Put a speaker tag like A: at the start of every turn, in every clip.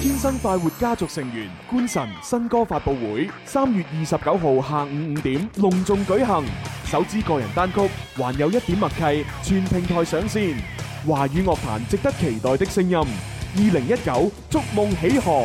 A: 天生快活家族成員官神新歌發布會，三月二十九號下午五點隆重舉行。首支個人單曲《還有一點默契》全平台上線，華語樂壇值得期待的聲音。二零一九築夢起航，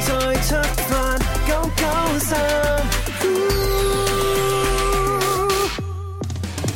B: 再出發，九九三。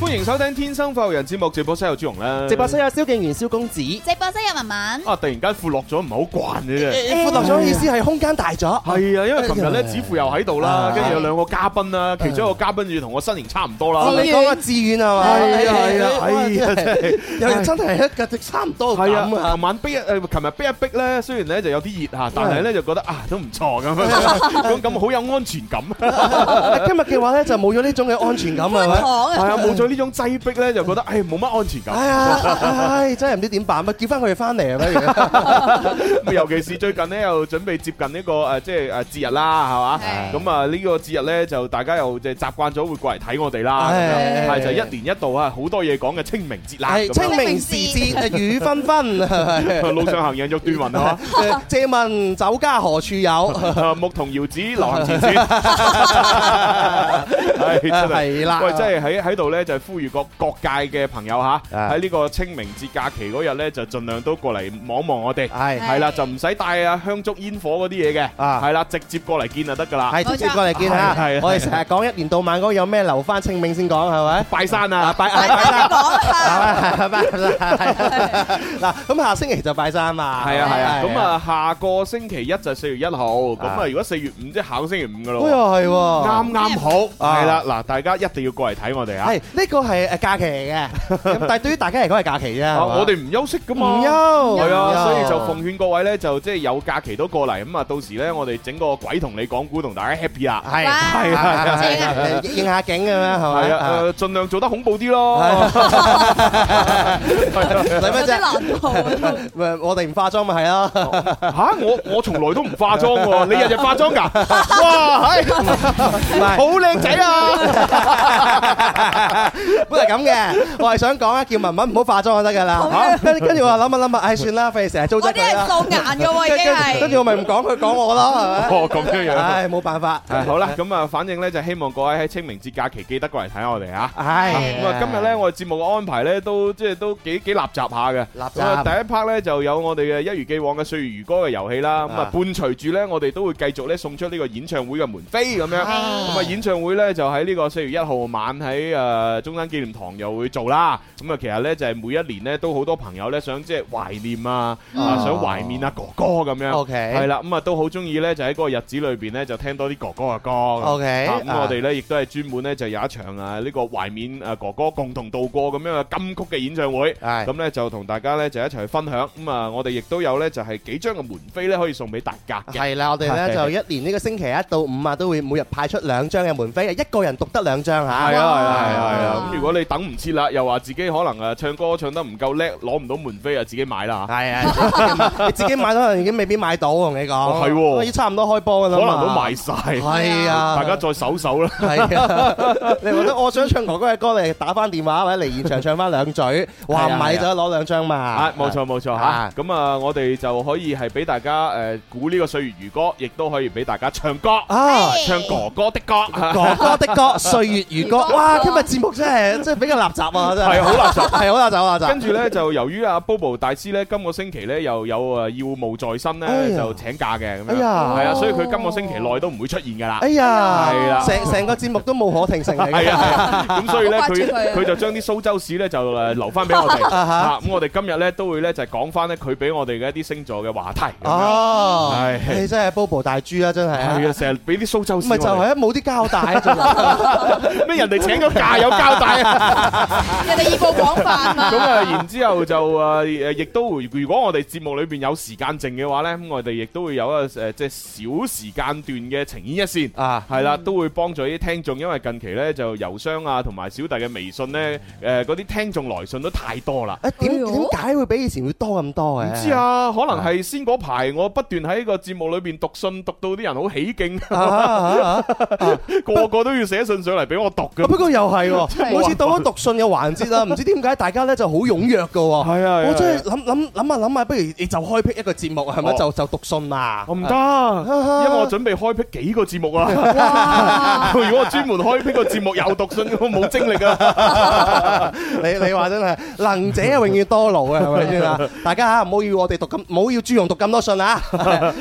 A: 歡迎收聽《天生快活人》節目，直播室有朱容啦，
C: 直播室有蕭敬元、蕭公子。
D: 直播室有文文，
A: 啊，突然間闊落咗，唔係好慣嘅啫。
C: 闊落咗意思係空間大咗。
A: 係啊，因為琴日咧子父又喺度啦，
C: 哎
A: 跟住有兩個嘉賓啦，其中一個嘉賓要同我身形差唔多啦。
C: 我哋講個志願係嘛？
A: 係啊係啊，哎
C: 係
A: 呀真係
C: 有人真係一格差唔多
A: 係
C: 咁
A: 啊，
C: 啊！嗯
A: 琴晚逼一誒，琴日逼一逼咧，雖然咧就有啲熱嚇，但係咧就覺得啊都唔錯咁 樣，咁咁好有安全感。
C: 今日嘅話咧就冇咗呢種嘅安全感係咪？
D: 糖
A: 係啊，冇咗呢種擠逼咧，就覺得誒冇乜安全
C: 哎
A: 感。
C: 呀，唉，真係唔知點辦，咪叫翻佢哋翻 嚟啊！
A: 咁尤其是最近咧，又準備接近呢個誒，即係誒節日啦，係
D: 係
A: 嘛？咁啊呢個節日咧，就大家又即係習慣咗會過嚟睇我哋啦。
C: 係
A: 係就一年一度啊，好多嘢講嘅清明節 啦。
C: 係
A: 咁樣
C: 清明時 節雨紛紛，
A: 路上行人 欲斷魂啊！
C: 借問酒家何處 有？
A: 啊牧童遙指流行前線， 係真係。
C: 係啦，
A: 喂，真係喺喺度咧，就係呼籲各各界嘅朋友吓，
C: 啊
A: 喺呢個清明節假期嗰日咧，就盡量都過嚟望一望我哋。
C: 係
A: 係啦，就唔使帶啊香燭煙火嗰啲嘢嘅，
C: 啊
A: 係啦，直接過嚟見就得㗎啦。
C: 係直接過嚟見下
A: 係係係，
C: 我哋成日講一年到晚嗰個有咩留翻清明先講係咪？
A: 拜 山
C: 啊
A: 啊！
C: 拜啊拜啦，係拜啦，嗱咁下星期就拜山嘛，
A: 係啊係啊，咁
C: 係
A: 啊下個星期一就係四月一號，咁啊
C: 啊
A: 如果四月五即係下個星期五㗎咯，
C: 哎呀係喎，
A: 啱啱好，
C: 啊
A: 係啦，嗱大家一定要過嚟睇我哋啊！
C: 係呢個係誒假 期嚟嘅，咁但係對於大家嚟講係假期啫，係
A: 啊
C: 嘛
A: 我哋唔休息㗎嘛，
C: 唔休
A: 係
C: 唔
A: 啊，
C: 休
A: 所以就奉勸各位咧，就即係有假期都過嚟，咁啊到時咧我哋整個鬼同你講古同大家 happy 啊！
C: 係
D: 哇
C: 係係係
D: 正啊
C: 係應下景咁樣係咪？
A: 係啊，誒盡量做得恐怖啲 咯。
C: 使
A: 啊
C: 乜
D: 有啲
C: 啫？
D: 難度。
C: 咪我哋唔化妝咪係咯，
A: 吓我我從來都唔化妝喎，你日日化妝㗎？哇，係
C: 唔係
A: 好靚仔啊！
C: 本嚟咁嘅，我係想講啊，叫文文唔好化妝就得㗎啦。跟跟住我諗下諗下，唉算啦，費事成日糟
D: 我
C: 質
D: 啲係
C: 佢啦。
D: 素顏嘅喎，已經
C: 跟跟
D: 係
C: 住我咪唔講佢講我咯，係咪？
A: 哦，咁樣樣。
C: 唉，冇辦法，
A: 好啦，咁啊，反正咧就希望各位喺清明節假期記得過嚟睇我哋啊！
C: 唉。
A: 咁啊，今日咧我哋節目嘅安排咧都即係都幾幾垃圾下嘅。
C: 垃圾
A: 咁啊第一 part 咧就有我哋嘅一如既往嘅歲月如歌嘅遊戲啦。咁啊
C: 啊，
A: 伴隨住咧我哋都會繼續咧送出呢個演唱會嘅門飛咁樣。咁啊，
C: 啊
A: 演唱會咧就喺呢個四月一號晚喺誒中山紀念堂又會做啦。咁啊，其實咧就係每一年咧都好多朋友咧想即係懷念啊，啊想懷念啊哥哥咁樣。
C: OK
A: 係啦，咁啊都好中意咧就喺嗰個日子裏邊咧就聽多啲哥哥嘅歌。
C: OK，
A: 啊咁
C: 啊
A: 我哋咧亦都係專門咧就有一場啊呢個懷緬啊哥哥共同度過咁樣嘅金曲嘅演唱會。
C: 係
A: 咁咧就同大家咧就一齊去分享。咁啊，我哋亦都有咧就係幾張嘅門飛咧可以送俾大家嘅。
C: 係啦，我哋
A: 係
C: 咧就一年呢個星期一到五啊，都會每日派出兩張嘅門飛，一個人獨得兩張
A: 係啊係啊
C: 嚇。
A: 係啊係啊！咁如果你等唔切啦，又話自己可能誒唱歌唱得唔夠叻，攞唔到門飛啊，自己買啦嚇。
C: 係啊，你自己 買到可能已經未必買到，我同你
A: 哦
C: 講。
A: 係喎
C: 已經差唔多開波噶
A: 可
C: 啦。
A: 能都賣。晒，
C: 係啊，
A: 大家再搜搜啦。
C: 係啊。 你覺得我想唱哥哥嘅歌，你打翻電話或者嚟現場唱翻兩 嘴，話唔係就攞兩張嘛。
A: 啊，冇錯冇錯嚇
C: 啊。
A: 咁啊，我哋就可以係俾大家誒估呢個歲月如歌，亦都可以俾大家唱歌，
C: 啊。
A: 唱哥哥的歌。
C: 哥哥的歌，歲月哎如歌。哇！今日節目真係真係比較垃圾啊，真係。
A: 係好垃圾
C: 係好垃圾，好垃圾。
A: 跟住呢，就由於阿 Bobo 大師呢，今個星期呢又有誒要務在身
C: 哎
A: 呢，
C: 呀
A: 就請假嘅咁
C: 哎
A: 樣，
C: 呀
A: 係啊，所以佢今個星期內都唔會出現㗎啦。
C: 哎呀，
A: 係啦
C: 成成個節目都冇可停性 嚟
A: 係
C: 嘅。
A: 啊，係啊咁所以咧，
D: 好掛住佢
A: 佢
D: 啊
A: 佢就將啲蘇州市咧就誒留翻俾我 哋
C: 啊哈
A: 啊。咁我哋今日咧都會咧就係講翻咧佢俾我哋嘅一啲星座嘅話題。咁樣
C: 哦
A: 係，
C: 你真係 Bobo 大豬啊，真係啊。
A: 係啊，成日俾啲蘇州市
C: 咪
A: 我
C: 就
A: 哋。
C: 係啊，冇啲交代啊，仲
A: 咩人哋請咗假有交較大啊！
D: 人哋以報廣泛嘛。
A: 咁啊，然之後就誒誒，亦都會如果我哋節目裏邊有時間剩嘅話咧，咁我哋亦都會有一誒即係小時間段嘅情牽一線。
C: 啊，
A: 係啦，都會幫助啲聽眾，因為近期咧就郵箱啊，同埋小弟嘅微信咧，誒嗰啲聽眾來信都太多啦。
C: 誒點
D: 哎呦
C: 點解會比以前會多咁多嘅？
A: 唔知，啊，可能係先嗰排我不斷喺個節目裏邊讀信，讀到啲人好起 勁，
C: 啊
A: 個個都要寫信上嚟俾我讀嘅。
C: 不過又係 喎，
D: 係
C: 每次到咗讀信嘅環節啦，唔知點解大家咧就好踴躍嘅喎。
A: 係啊係啊
C: 我真係諗諗諗下諗下，不如你就開闢一個節目係咪？
A: 哦
C: 就就讀信啦。
A: 我唔得，因為我準備開闢幾個節目 啊！ 如果我專門開闢個節目又讀信，我冇精力啊！
C: 你你話真係能者永遠多勞啊，係 咪先啊？大家嚇唔好要我哋讀咁，唔好要朱容讀咁多信啊！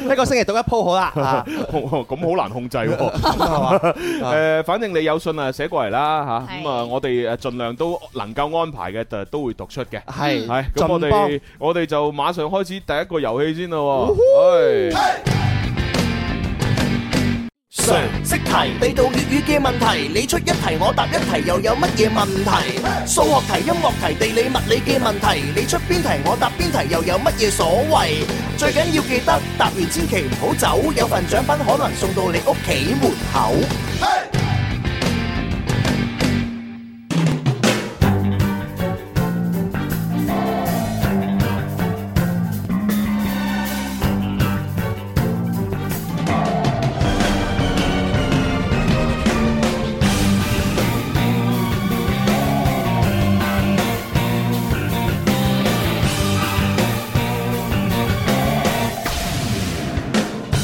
C: 一個星期讀一鋪 好啦啊
A: 咁好難控制 喎。
C: 係嘛。
A: 誒，反正你有信啊，寫過嚟啦嚇。
D: 係
A: 咁啊，我哋誒盡量都能夠安排嘅，就都會讀出嘅。
C: 係
A: 係咁，我
C: 盡幫
A: 哋我哋就馬上開始第一個遊戲先啦喎。唉
E: 常識題，地道粵語嘅問題，你出一題我答一題，又有乜嘢問題？數學題、音樂題、地理物理嘅問題，你出邊題我答邊題，又有乜嘢所謂？最緊要記得答完千祈唔好走，有份獎品可能送到你屋企門口。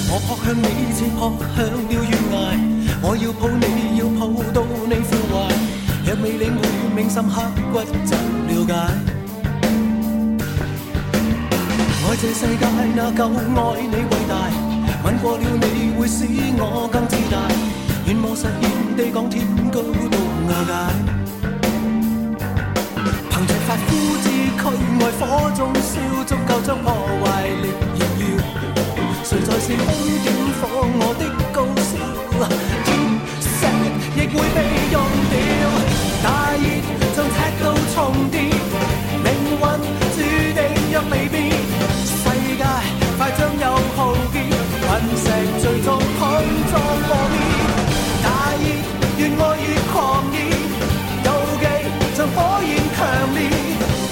B: 我撲向你，似撲向了懸崖。我要抱你，要抱到你腐壞。若未領會，銘心刻骨就了解。愛這世界那夠愛你偉大，吻過了你會使我更自大。願望實現地講天高到瓦解。憑着發膚之軀，愛火中燒，足夠將破壞力燃耀。誰在煽風點火我的高燒？天石亦會被用掉，大熱像赤道重疊，命運注定若未變，世界快將又浩劫，隕石最終碰撞破滅。大熱越愛越狂熱，妒忌像火焰強烈，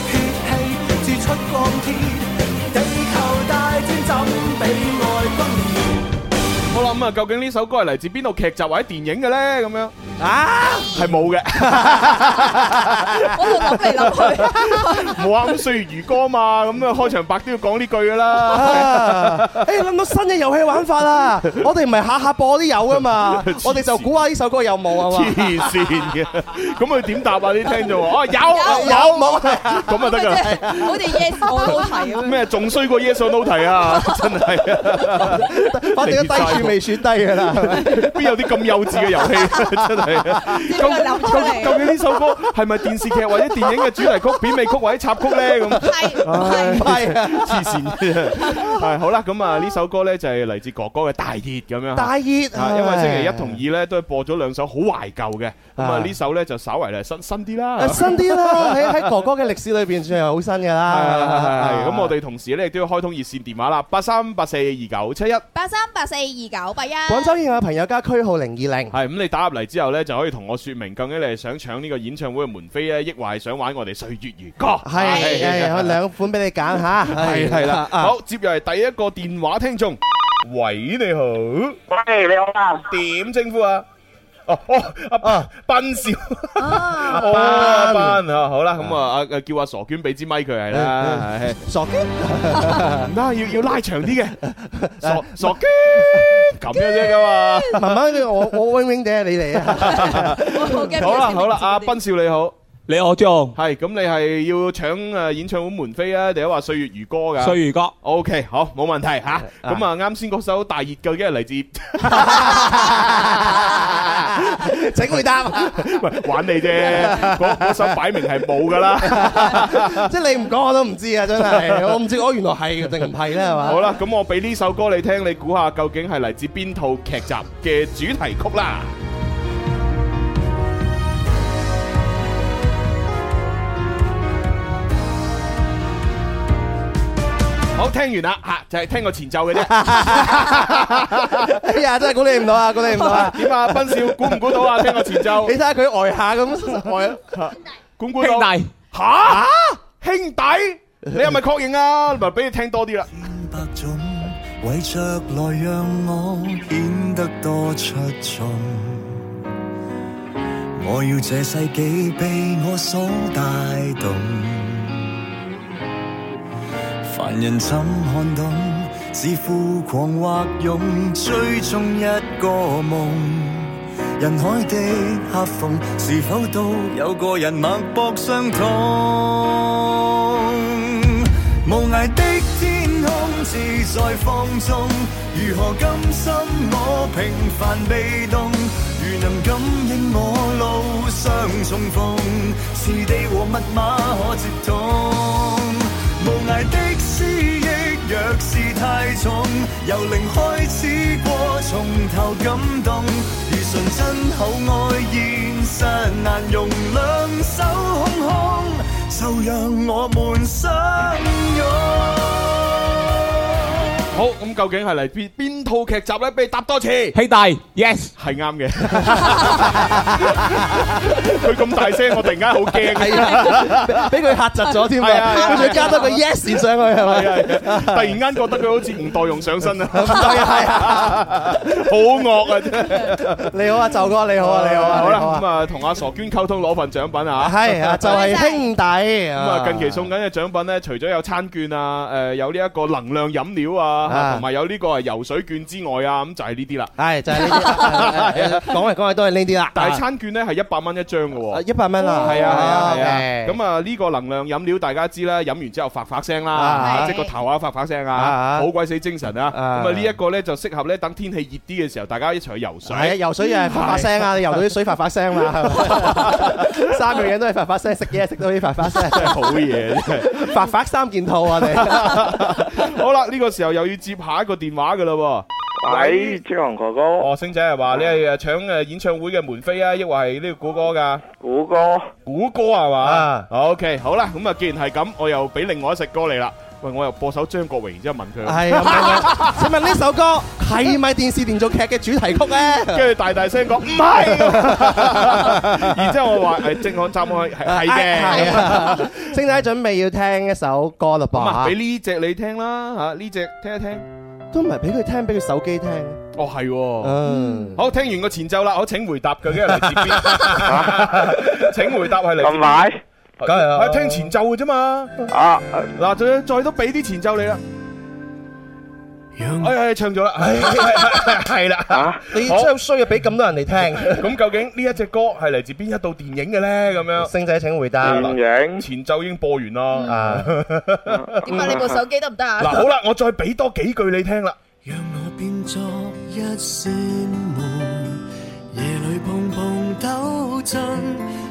B: 血氣鑄出鋼鐵，地球大戰怎比愛轟烈？
A: 好啦，咁啊，究竟呢首歌係嚟自邊度劇集或者電影嘅咧？咁樣啊，係冇嘅。
D: 我度諗嚟諗去，
A: 冇啊，咁歲月如歌嘛，咁啊開場白都要講呢句噶啦。
C: 啊！誒諗到新嘅遊戲玩法啦！我哋唔係下下播啲有 噶嘛，我哋就估下呢首歌有冇啊嘛
A: 黐。線嘅，咁佢點答啊？啲聽眾話：哦，有
C: 有 冇啊？
A: 咁啊得噶
D: 咪即
A: 啦。
D: 係好似 yes or no 題咁樣。
A: 咩仲衰過 Yes or No 題啊？ 真係啊，
C: 反正都低處未算低㗎啦。
A: 邊有啲咁幼稚嘅遊戲？ 真係啊。究
D: 佢諗出嚟
A: 究究竟呢首歌係咪電視劇或者電影嘅主題曲、片尾曲或者插曲咧？咁
D: 係係
C: 係啊！
A: 黐線 嘅，係好啦。咁啊，呢首歌咧就係嚟自哥哥嘅《大熱》咁樣。
C: 大熱
A: 啊，因為星期一同二咧都係播咗兩首好懷舊嘅，咁啊
C: 啊
A: 呢首咧就稍為咧新新啲啦
C: 啊。新啲啦，喺喺哥哥嘅歷史裏邊算係好新嘅
A: 係
C: 啦。
A: 係係係咁我哋同時咧亦都要開通熱線電話啦，八三八四二九七一，係
D: 八三八四二九八一。
C: 廣州以外嘅朋友加區號零二零。
A: 咁你打入嚟之後咧就可以同我説明究竟你係想搶呢個演唱會嘅門飛咧，啊抑或係想玩我哋歲月如歌？
C: 係係，有兩款俾你揀吓。
A: 係係啦，
C: 啊
A: 好接入嚟第一個電話聽眾，喂你好，
F: 喂，你好啊，
A: 點稱呼啊？哦哦，阿
C: 啊
A: 斌少。
D: 哦，
A: 哦，
C: 阿班
A: 阿班啊，好啦，咁啊，阿阿叫阿傻娟俾支咪佢係啦，係
C: 傻 娟，
A: 唔得，要要拉長啲嘅，傻傻娟咁樣啫噶嘛。
C: 慢慢我我 wing wing 地你 嚟啊！
D: 我驚
A: 好啦好啦，
D: à,
A: 阿斌少你好，
G: 你好張，
A: 係咁你係要搶誒演唱會門飛啊，定係話歲月如歌噶？
G: 歲如哥，
A: O K，好，冇問題吓。 咁啊，啱先嗰首大熱究竟係嚟自
C: 請回答，
A: 喂玩你啫，嗰嗰首擺明係冇 噶啦。
C: 即係你唔講我都唔知啊！真係，我唔知我原來係定唔係咧，係嘛？
A: 好啦，咁我俾呢首歌你聽，你估下究竟係嚟自邊套劇集嘅主題曲啦？
B: Hãy
A: 好，
B: subscribe cho kênh Ghiền Mì Gõ Để không bỏ lỡ
A: 聽完啦吓，就係聽個前奏嘅 啫。
C: 哎呀，真係估你唔到啊，估你唔到 啊！
A: 點啊，斌少估唔估到啊？聽個前奏
C: 你，睇下佢呆下咁，
A: 估唔估到？
H: 兄弟
A: 吓，兄弟，你係咪確認啊？咪俾你聽多啲啦。
G: 百種，為着來讓我顯得多出眾。我要這世紀被我所帶動，凡人怎看懂？自負狂或勇，追蹤一個夢。人海的夾縫，是否都有個人脈搏相通？無涯的天空，自在放縱。如何甘心我平凡被動？如能感應我路上重逢，是地和密碼可接通。無涯的思憶，若是太重，由零開始過，從頭感動。如純真厚愛，現實難容，兩手空空。就讓我們相擁。
A: 好，咁究竟係嚟邊邊套劇集咧？俾你答多次，係
H: 兄弟，yes，
A: 啱 嘅。佢咁大聲，我突然間好驚。
C: 係啊，俾俾佢嚇窒咗添
A: 係啊係
C: 啊！
A: 啊
C: 佢仲要加多個 yes 上去係咪？
A: 係啊係啊突然間覺得佢好似吳岱融上身啊！
C: 係啊係啊！
A: 好惡啊！真係
C: 你好啊，就哥，你好啊，你好啊，
A: 好
C: 你
A: 啦，
C: 好
A: 咁
C: 啊！
A: 啊，同阿傻娟溝通攞份獎品 啊！
C: 係啊，就係兄弟
A: 咁
C: 咁
A: 啊，近期送緊嘅獎品咧，除咗有餐券啊，誒有呢一個能量飲料啊，
C: 啊
A: 同埋有呢個係游水券之外啊，咁就係呢啲啦。
C: 係就係呢 啲，講嚟講去都係呢啲啦。
A: 但係餐券咧係一百蚊一張嘅喎。
C: 一百蚊啊，
A: 係啊係啊係啊，
C: 咁
A: 咁啊呢個能量飲料大家知啦，飲完之後發發聲啦，
C: 啊
A: 即係個頭啊發發聲啊，
C: 啊
A: 好鬼死精神啊！
C: 啊
A: 咁啊呢一個咧就適合咧等天氣熱啲嘅時候，大家一齊去游水。
C: 係啊，游水又係發發聲啊，你游到啲水發 發聲嘛，係咪三樣嘢都係發發聲，食嘢食到啲發 發聲，
A: 真係好嘢，真係。
C: 發發三件套啊你。
A: 好啦，呢個時候又要接下一個電話噶啦喎。
I: 喂，朱紅哥哥，啊
A: 哦，星仔係話你係誒搶誒演唱會嘅門飛啊，抑或係呢個估歌㗎？
I: 古哥，
A: 估歌係嘛
C: 啊
A: ？OK，好啦，咁啊，既然係咁，我又俾另外一隻歌嚟啦。喂，我又播首張國榮，然之後問佢，
C: 係啊，問問請問呢首歌係咪電視連續劇嘅主題曲咧？
A: 跟住大大聲講唔係， 然之後我話誒正確答案係係
C: 哎 係
A: 嘅。
C: 啊，星仔準備要聽一首歌嘞
A: 咁啊，俾
C: 噃
A: 呢只你聽啦嚇，呢只聽一聽。
C: 都唔係俾佢聽，俾佢手機聽。
A: 哦，係喎。
C: 嗯，
A: 好，聽完個前奏啦，好請回答佢，跟住嚟接邊？請回答係嚟
I: 咁快
A: 梗係啊，聽前奏嘅啫嘛。
I: 啊？
A: 嗱，再再都俾啲前奏你啦。哎哎，唱咗啦，係係啦。
C: 你
A: 好
C: 真係衰啊！俾咁多人嚟聽，
A: 咁究竟呢一隻歌係嚟自邊一套電影嘅咧？咁樣
C: 星仔請回答。
I: 電影
A: 前奏已經播完啦。
C: 啊，
D: 點解你部手機得唔得啊？
A: 嗱，好啦，我再俾多幾句你聽啦。
G: 讓我變作一扇門，夜裏碰碰抖震。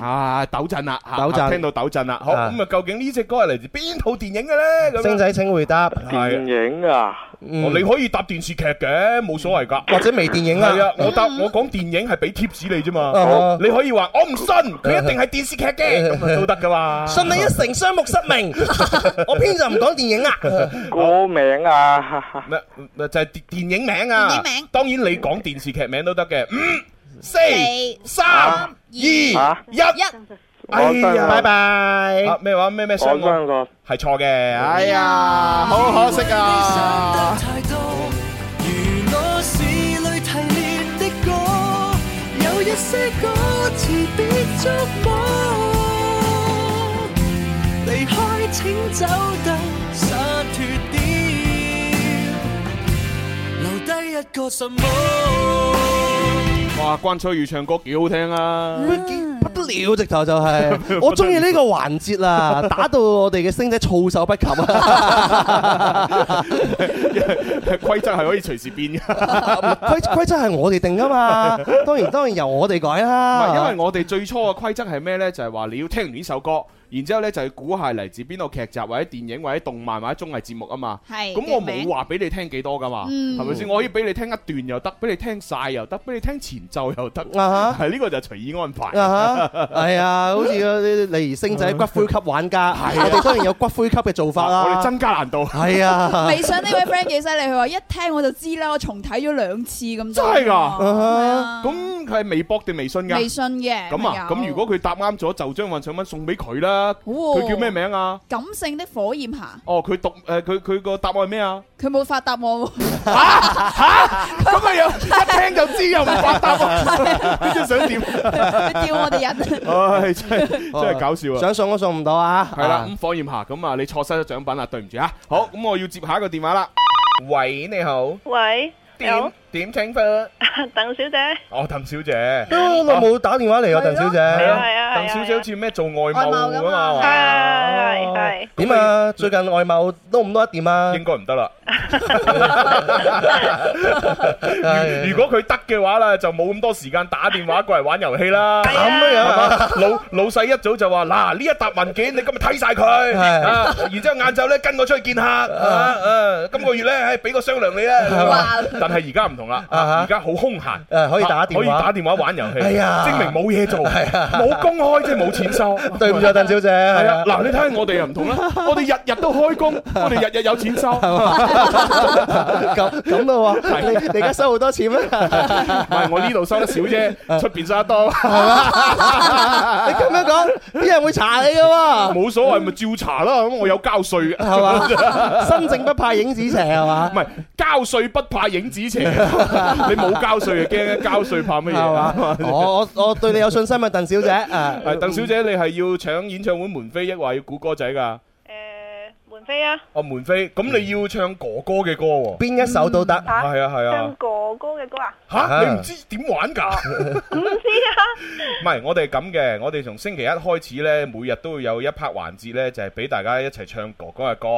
A: 啊，抖震啦，嚇
C: 抖震
A: 啊聽到抖震啦。好，
C: 啊
A: 咁啊，究竟呢隻歌係嚟自邊套電影嘅咧？咁
C: 星
A: 樣
C: 仔請回答。
A: 係啊
I: 電影啊？
A: 哦你可以答電視劇嘅，冇所謂㗎。
C: 或者微電影
A: 係
C: 啦。
A: 啊，我答我講電影係俾 tips 你啫嘛
C: 啊。
A: 你可以話我唔信，佢一定係電視劇嘅，咁啊都得㗎嘛。
C: 信你一成，雙目失 明。我偏就唔講電影啊。
I: 歌名啊？
A: 咩？咩就係電電影名啊！
D: 電影名
A: 當然你講電視劇名都得嘅。五、四、
D: 四
A: 三、二、一
I: 啊，
D: 一
A: 哎
I: 我真
A: 呀，
I: 係
A: 拜拜！啊
C: 拜。
A: 咩話？咩咩
I: 我
A: 相愛
I: 相信
A: 係錯嘅。哎呀，好可惜啊！
G: 太多，如我市裏提煉的歌，有一些歌詞別觸摸。離開請走得灑脱點，留低一個什麼？
A: 哇，關秋雨唱歌幾好聽 啊！
C: 不得了，直頭就 係我中意呢個環節啦，打到我哋嘅星仔措手不及 啊！
A: 規則係可以隨時變嘅，
C: 規規則係我哋定噶嘛，當然當然由我哋改啊
A: 唔係因
C: 啦。
A: 為我哋最初嘅規則係咩呢？就係話你要聽完呢首歌，然之後咧就係估下嚟自邊套劇集或者電影或者動漫或者綜藝節目啊嘛。
D: 係
A: 咁我
D: 嘅名
A: 冇話俾你聽幾多噶嘛，
D: 嗯
A: 係咪先？我可以俾你聽一段又得，俾你聽晒又得，俾你聽前奏又得，
C: 啊哈
A: 係呢個就隨意安排。
C: 啊哈！係 啊，好似嗰啲例如星仔骨灰級玩家，我哋當然有骨灰級嘅做法啦。
A: 我哋增加難度。
C: 係 啊，
D: 微信呢位 friend 幾犀利，佢話一聽我就知啦，我重睇咗兩次咁多。
A: 真係㗎
D: 係啊
A: 咁佢係微博定微信㗎？
D: 微信嘅。
A: 咁啊，
D: 有
A: 咁如果佢答啱咗，就將運上蚊送俾佢啦。
D: 好喎
A: 佢叫咩？名啊？
D: 感性的火焰下，
A: 哦，佢讀誒，佢佢個答案係咩啊？
D: 佢冇發答案喎。
A: 咁咪又一聽就知又唔發答案，你真係想點？
D: 佢吊我哋人。
A: 唉，真係真係搞笑啊！
C: 想送都送唔到啊。
A: 係啦，咁火焰下咁啊，你錯失咗獎品啦，對唔住啊。好，咁我要接下一個電話啦。喂，你好，
J: 喂，有
A: 點稱呼？
J: 鄧小姐，
A: 哦，鄧小姐。
C: 都耐冇打電話嚟啊，鄧小
A: 係啊
C: 姐。
J: 係啊
A: 鄧小姐好似咩做外
K: 外貿
A: 貿
K: 㗎
A: 噶
K: 嘛
A: 嘛？
J: 係係係
C: 點啊？最近外貿都唔多得掂啊
A: 應？該唔得啦。
C: 唉
A: 如果佢得嘅話啦，就冇咁多時間打電話過嚟玩遊戲啦。
C: 咁樣
A: 係
C: 啊？
A: 嘛老老細一早就話嗱，呢一沓文件你今日睇晒佢，
C: 係
A: 啊然之後晏晝咧跟我出去見客，啊啊今個月咧唉俾個商量你啦
K: 哇。
A: 但係而家唔同啦，
C: 啊哈
A: 而家好空閒，啊
C: 誒可以打電話
A: 可以打電話玩遊戲，
C: 哎呀啊
A: 證明冇嘢做，冇工開即係冇錢收。
C: 對唔住啊，鄧小姐。
A: 係
C: 係
A: 啊
C: 啊，，
A: 嗱，你睇下我哋又唔同啦，我哋日日都開工， 我哋日日有錢收。
C: 咁咁咯喎。你你而家收好多錢咩？
A: 唔係我呢度收得少
C: 啊
A: 啫，出邊收得多，
C: 你咁樣講，啲人會查你噶喎。
A: 冇所謂咪照查啦。咁我有交税嘅，
C: 係嘛？身正不怕影子斜係嘛
A: 唔？係交税不怕影子 斜，你冇交税就驚，交税怕乜嘢
C: 係
A: 啊？
C: 嘛？我我我對你有信心啊，鄧小姐啊。
A: 係鄧小姐，你係要搶演唱會門飛，抑或要估歌仔㗎？
J: 誒門飛啊，
A: 哦，門飛，咁
J: 嗯
A: 你要唱哥哥嘅歌喎。
C: 邊一首都得。
J: 嚇
A: 係啊係啊
J: 唱哥哥嘅歌啊，
A: 吓，你唔知點玩㗎？
J: 唔知啊，
A: 唔係，我哋咁嘅，我哋從星期一開始呢，每日都會有一 part 環節呢，就係俾大家一齊唱哥哥嘅歌。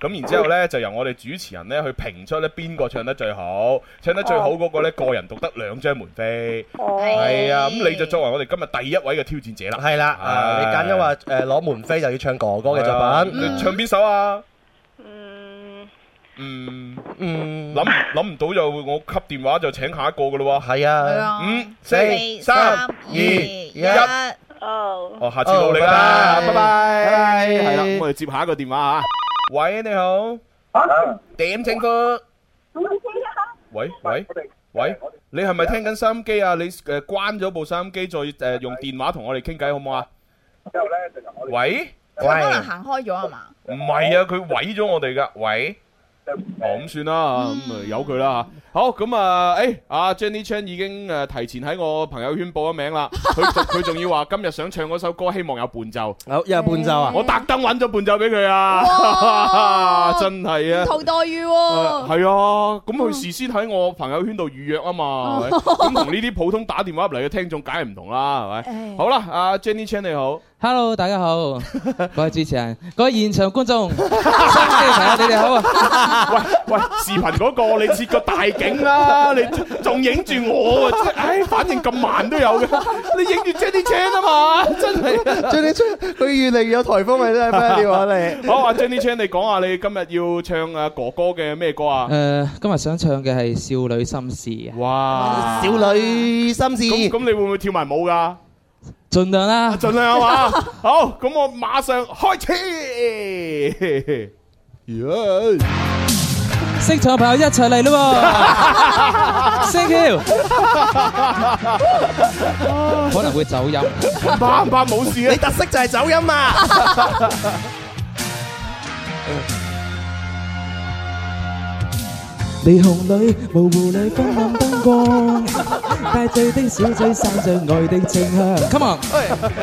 A: 咁然之後呢，就由我哋主持人呢去評出呢邊個唱得最好，唱得最好嗰個呢，個人獨得兩張門飛。
J: 哦，
A: 係啊，咁你就作為我哋今日第一位嘅挑戰者啦。
C: 係啦，啊你揀咗話誒攞門飛就要唱哥哥嘅
A: à,
C: 作品，嗯
A: 你唱邊首啊？
J: 嗯，
A: 嗯，
C: 嗯，
A: 諗諗唔到就我吸電話就請下一個㗎咯喎。
C: 係
D: 係
C: 啊，
D: 啊。
A: 五四
K: 四
A: 三
K: 三
A: 二
K: 二
A: 一
K: 一，。
J: 哦，
A: 哦，下次
C: Ờ,
A: 努力啦，
C: 哦
A: 拜
C: 拜
A: 拜。
C: 拜拜拜
A: 係啦，咁我哋接下一個電話嚇。喂，你好。點稱呼？喂喂喂，你係咪聽緊收音機啊？你誒關咗部收音機，再誒用電話同我哋傾偈好唔好啊？喂，
D: 佢可能行開咗係嘛？
A: 唔係啊，佢毀咗我哋噶。喂，哦咁算啦，咁啊由佢啦嚇。好咁啊，誒阿 Jenny Chan 已經誒提前喺我朋友圈報咗名啦。佢 佢仲要話今日想唱嗰首歌，希望有伴奏。
C: 好又係伴奏啊，
A: 我特登揾咗伴奏俾佢啊，
D: 哇
A: 真係啊
D: 唔！同待遇
A: 誒
D: 喎。
A: 係啊，咁佢事先喺我朋友圈度預約啊嘛， 係咪咁同呢啲普通打電話入嚟嘅聽眾梗係唔同啦，係咪？
D: 誒
A: 好啦，阿 Jenny Chan 你好，
B: Hello，大家好，各位主持人，各位現場觀眾， 收音機嘅朋友，你哋好啊！
A: 喂，視頻嗰個你切個大景啦，你仲影住我啊！真係唉，反應咁慢都有嘅， 你影住 Jenny Chan 啊嘛，真係。
C: 最你出佢越嚟越有颱風啊，真係 不得了啊你。
A: 好，阿 Jenny Chan 你講下你今日要唱啊哥哥嘅咩歌啊
B: 誒、？今日想唱嘅係《少女心事》
A: 哇！
B: 啊，
C: 少女心事，
A: 咁咁你會唔會跳埋舞㗎？
B: 盡量啦。
A: 盡量 啊嘛。好，咁我馬上 開始。
B: 識唱嘅朋友一齊嚟咯喎！Thank you。可能會走音。
A: 怕唔怕冇事
C: 你
A: 啊？
C: 特色就係走音啊！
B: 霓虹裏模糊裏昏暗燈光，帶醉的小嘴散着愛的清香。Come on，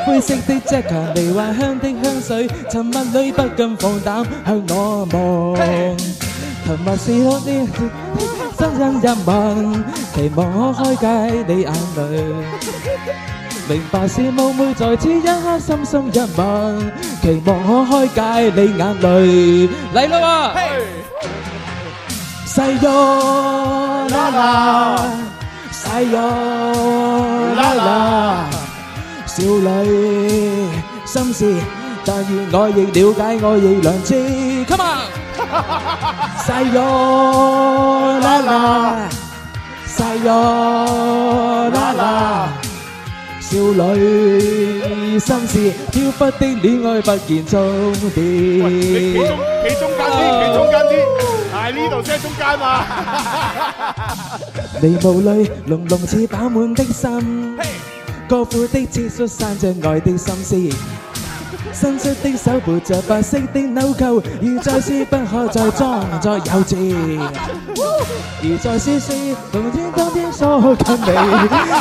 B: 灰色的 jacket，迷幻香的香水，沉默裏不禁放膽向我望。沉默是哭的聲音一吻，期望可開解你眼淚。明白是霧妹在此一刻深深一吻，期望可開解你眼淚。嚟啦喎！Sayonara, sayonara，少女心事，但願我亦了解，我亦良知。Come on! sayonara, sayonara，
L: 少女心事，飄忽的戀愛不見終
A: 企
L: 點。
A: 中企中間先，企中間先，係呢度先係中間嘛。
L: 你雾里濃濃似飽滿的心，高闊的切恤散着愛的心思。伸出的手撥着白色的紐扣，要再撕不可再裝作幼稚。而在試試同天當天所近你，